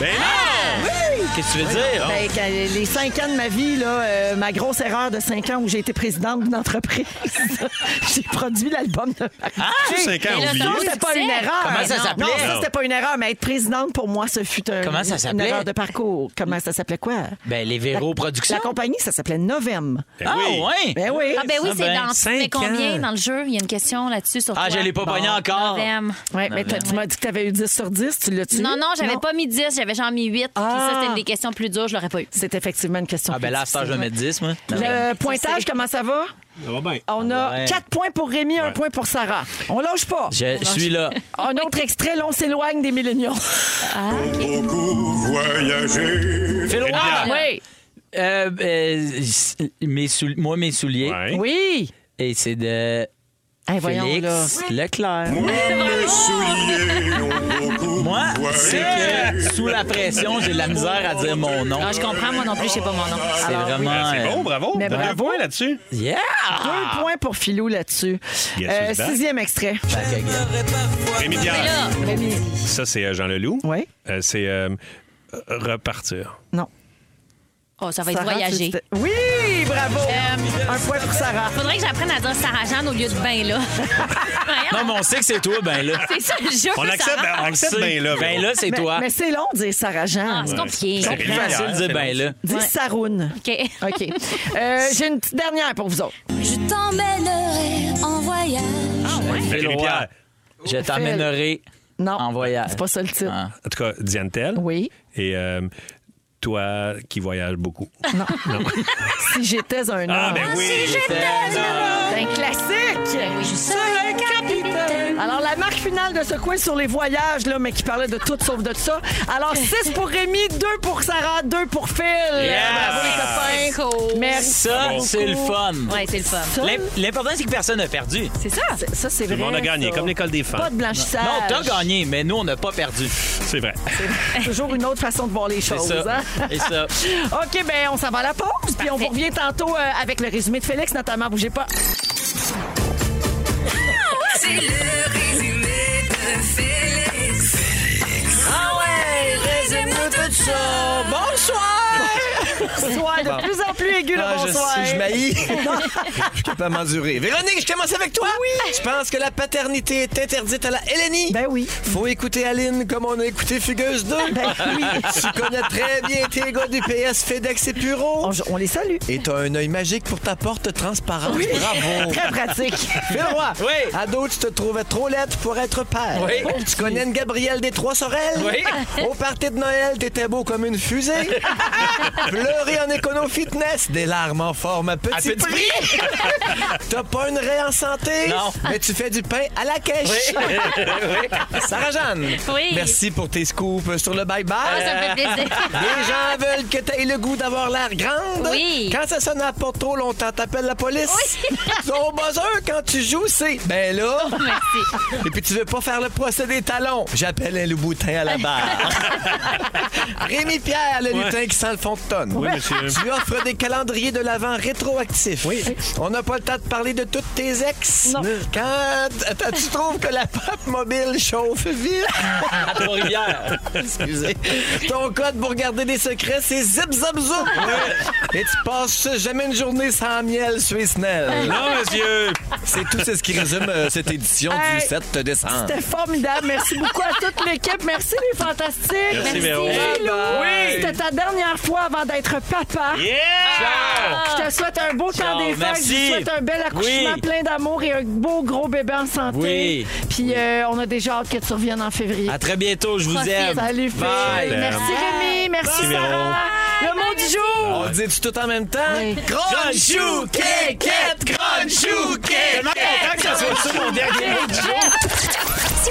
A: Ben
C: Ah,
A: non!
B: Oui!
C: Qu'est-ce que tu veux dire?
B: Ben, quand les cinq ans de ma vie, là, euh, ma grosse erreur de cinq ans où j'ai été présidente d'une entreprise, j'ai produit l'album de Marie.
A: Tous cinq ans,
D: Mais là,
A: oublié.
B: Non,
D: ça-
B: c'était pas une erreur.
C: Comment ça
B: Non.
C: s'appelait?
B: Non, ça, c'était pas une erreur, mais être présidente, pour moi, ce fut un-
C: Comment ça
B: une
C: s'appelait?
B: erreur de parcours. Comment ça s'appelait quoi?
C: Ben, les Véro Productions.
B: La compagnie, ça s'appelait Novem.
A: Ben
C: Ah,
A: oui.
C: ouais.
B: Ben oui.
D: Ah, ben oui,
C: Ah,
D: c'est
C: ben,
D: dans. Tu
A: cinq
D: fais combien
A: ans.
D: dans le jeu? Il y a une question là-dessus sur
C: Ah,
D: toi.
C: je l'ai pas pogné encore.
D: Novembre.
B: Ouais, mais t'as- tu m'as dit que tu avais eu 10 sur 10, tu l'as-tu?
D: Non,
B: eu?
D: non, j'avais pas mis 10, j'avais genre mis 8. Puis
B: Ah.
D: ça, c'était une des questions plus dures, je l'aurais pas eu.
B: C'est effectivement une question.
C: Ah, ben là, à
B: plus
C: cette heure, je vais
B: difficile.
C: mettre 10, moi. Non, mais-
B: Le pointage, comment ça va?
A: Ça va bien.
B: On a
C: Ouais.
B: 4 points pour Rémi, 1 point pour Sarah. On lâche pas.
C: Je suis là.
B: Un autre extrait, là, on s'éloigne des milléniaux.
D: Ah.
G: Beaucoup voyager.
C: Phil
A: Rémi
C: Roy.
A: Pierre.
B: Ah, Oui.
C: Euh, euh, s- mes soul- moi, mes souliers.
A: Ouais.
B: Oui.
C: Et c'est de
B: Hey, voyons, là.
C: Félix Leclerc.
G: Moi, mes souliers ont beaucoup
C: Moi, c'est
G: voyagé.
C: que sous la pression, j'ai de la misère à dire mon nom.
D: Ah, je comprends, moi non plus, je sais pas mon nom.
C: C'est vraiment.
A: Ah, C'est
C: euh,
A: bon, bravo.
B: Mais
A: T'as deux
B: bravo.
A: points là-dessus.
C: Yeah! Ah.
B: Un point pour Philou là-dessus.
A: Guess
B: Euh,
A: who's back?
B: sixième extrait.
A: Rémi Pierre.
D: Là,
A: Ça, c'est euh, Jean Leloup.
B: Oui.
A: Euh, c'est euh, repartir.
B: Non.
D: oh, ça va être
B: Sarah,
D: voyager.
B: tu- Oui, bravo.
D: Euh,
B: Un point pour Sarah.
D: Faudrait que j'apprenne à dire Sarah Jeanne au lieu de ben là.
C: Non, mais on sait que c'est toi, ben là.
D: C'est ça le jeu.
A: On
D: ça
A: accepte,
D: va.
A: on accepte bien là.
C: Ben là, c'est
B: Mais,
C: toi.
B: mais c'est long de dire Sarah
D: Ah,
C: hein.
B: Jeanne.
D: c'est compliqué.
A: C'est
C: C'est plus
A: Rémi
C: facile de
A: Pierre,
C: dire
A: c'est
C: ben
A: bon.
C: là.
B: Dis
D: Ouais.
B: Saroune.
D: OK.
B: OK. Euh, J'ai une petite dernière pour vous autres.
H: Je t'emmènerai en voyage.
C: Phil
A: Rémi
C: Roy.
A: Pierre.
C: Je t'emmènerai.
B: Non.
C: En voyage.
B: C'est pas ça le titre.
C: Ah.
A: En tout cas, Diane Tell.
B: Oui.
A: Et euh, toi qui voyages beaucoup.
B: Ah, Si j'étais un homme.
A: Ah, ben oui.
B: C'est un classique. Alors, la marque finale de ce quiz sur les voyages, là, mais qui parlait de tout sauf de ça. Alors, 6 pour Rémi, 2 pour Sarah, 2 pour Phil. Bravo, les copains.
D: Cool.
B: Merci.
C: Ça, c'est le fun.
D: Ouais, c'est le fun.
B: Ça,
C: L'im- L'important, c'est que personne n'a perdu.
D: C'est ça.
B: ça, c'est
A: Tout
B: vrai.
A: le monde a gagné,
B: ça.
A: comme l'école des
B: Pas
A: femmes.
B: de blanchissage.
C: Non, t'as gagné, mais nous, on n'a pas perdu.
A: C'est vrai.
B: Toujours une autre façon de voir les
C: C'est
B: choses.
C: ça.
B: hein?
C: Et ça.
B: OK, ben on s'en va à la pause, puis on vous revient tantôt euh, avec le résumé de Félix, notamment. Bougez pas.
E: C'est le résumé de Félix. Ah ouais, résume-nous tout ça.
C: Bonsoir!
B: Soir de plus en plus aigu, le
I: Ah, je
B: bonsoir.
I: sais, je m'haïs. je peux pas m'endurer. Véronique, je commence avec toi. Oui. Je pense que la paternité est interdite à la Hélénie.
B: Ben oui.
I: Faut écouter Aline comme on a écouté Fugueuse 2.
B: Ben oui.
I: Tu connais très bien tes gars du PS, FedEx et Puro.
B: On, on les salue.
I: Et t'as un œil magique pour ta porte transparente. Bravo.
B: Très pratique.
I: Fais le roi.
C: Oui.
I: Ado, tu te trouvais trop laide pour être père.
C: Oui.
I: Tu connais une Gabrielle des Trois Sorel.
C: Oui.
I: Au party de Noël, t'étais beau comme une fusée. Pleurer en écono-fitness. Des larmes en forme à petit,
C: À petit
I: prix. T'as pas une raie en santé.
C: Non.
I: Mais tu fais du pain à la cache. Sarah-Jeanne.
D: Oui.
I: Merci pour tes scoops sur le bye-bye.
D: Ah, ça me fait plaisir.
I: Les gens veulent que tu aies le goût d'avoir l'air grande.
D: Oui.
I: Quand ça sonne à la porte trop longtemps, t'appelles la police. Ton buzzer, quand tu joues, c'est ben là.
D: Oh, Merci.
I: Et puis tu veux pas faire le procès des talons. J'appelle un Louboutin à la barre. Rémi Pierre, le lutin qui sent le fond de tonne.
A: Oui, monsieur.
I: Tu offres des calendriers de l'avant rétroactifs. Oui. On n'a pas le temps de parler de toutes tes ex.
B: Non.
I: Quand t- tu trouves que la pop mobile chauffe vite.
C: À Trois-Rivières.
I: Excusez. Ton code pour garder des secrets, c'est zip zap zoup. Et tu passes jamais une journée sans miel Suisse-Nel.
A: Non, monsieur.
I: C'est tout c'est ce qui résume euh, cette édition
B: Hey.
I: du 7 décembre.
B: C'était formidable. Merci beaucoup à toute l'équipe. Merci les fantastiques.
A: Merci, Véro.
B: Philou.
C: Bye-bye.
B: C'était ta dernière fois avant d'être papa.
A: Yeah!
B: Je te souhaite un beau temps
C: Ciao,
B: des fêtes. Je
C: merci.
B: te souhaite un bel accouchement
C: Oui.
B: plein d'amour et un beau gros bébé en santé.
C: Oui.
B: Puis euh, on a déjà hâte que tu reviennes en février.
C: À très bientôt, je vous aime.
B: Salut, Phil.
C: Bye.
B: Merci, Rémi. Merci,
A: Merci, Véro.
B: Sarah. Le mot du jour.
I: On dit tout en même temps.
B: Oui.
I: Gros chou, kékette, gros Tellement content que ça soit ça mon dernier mot.
B: Si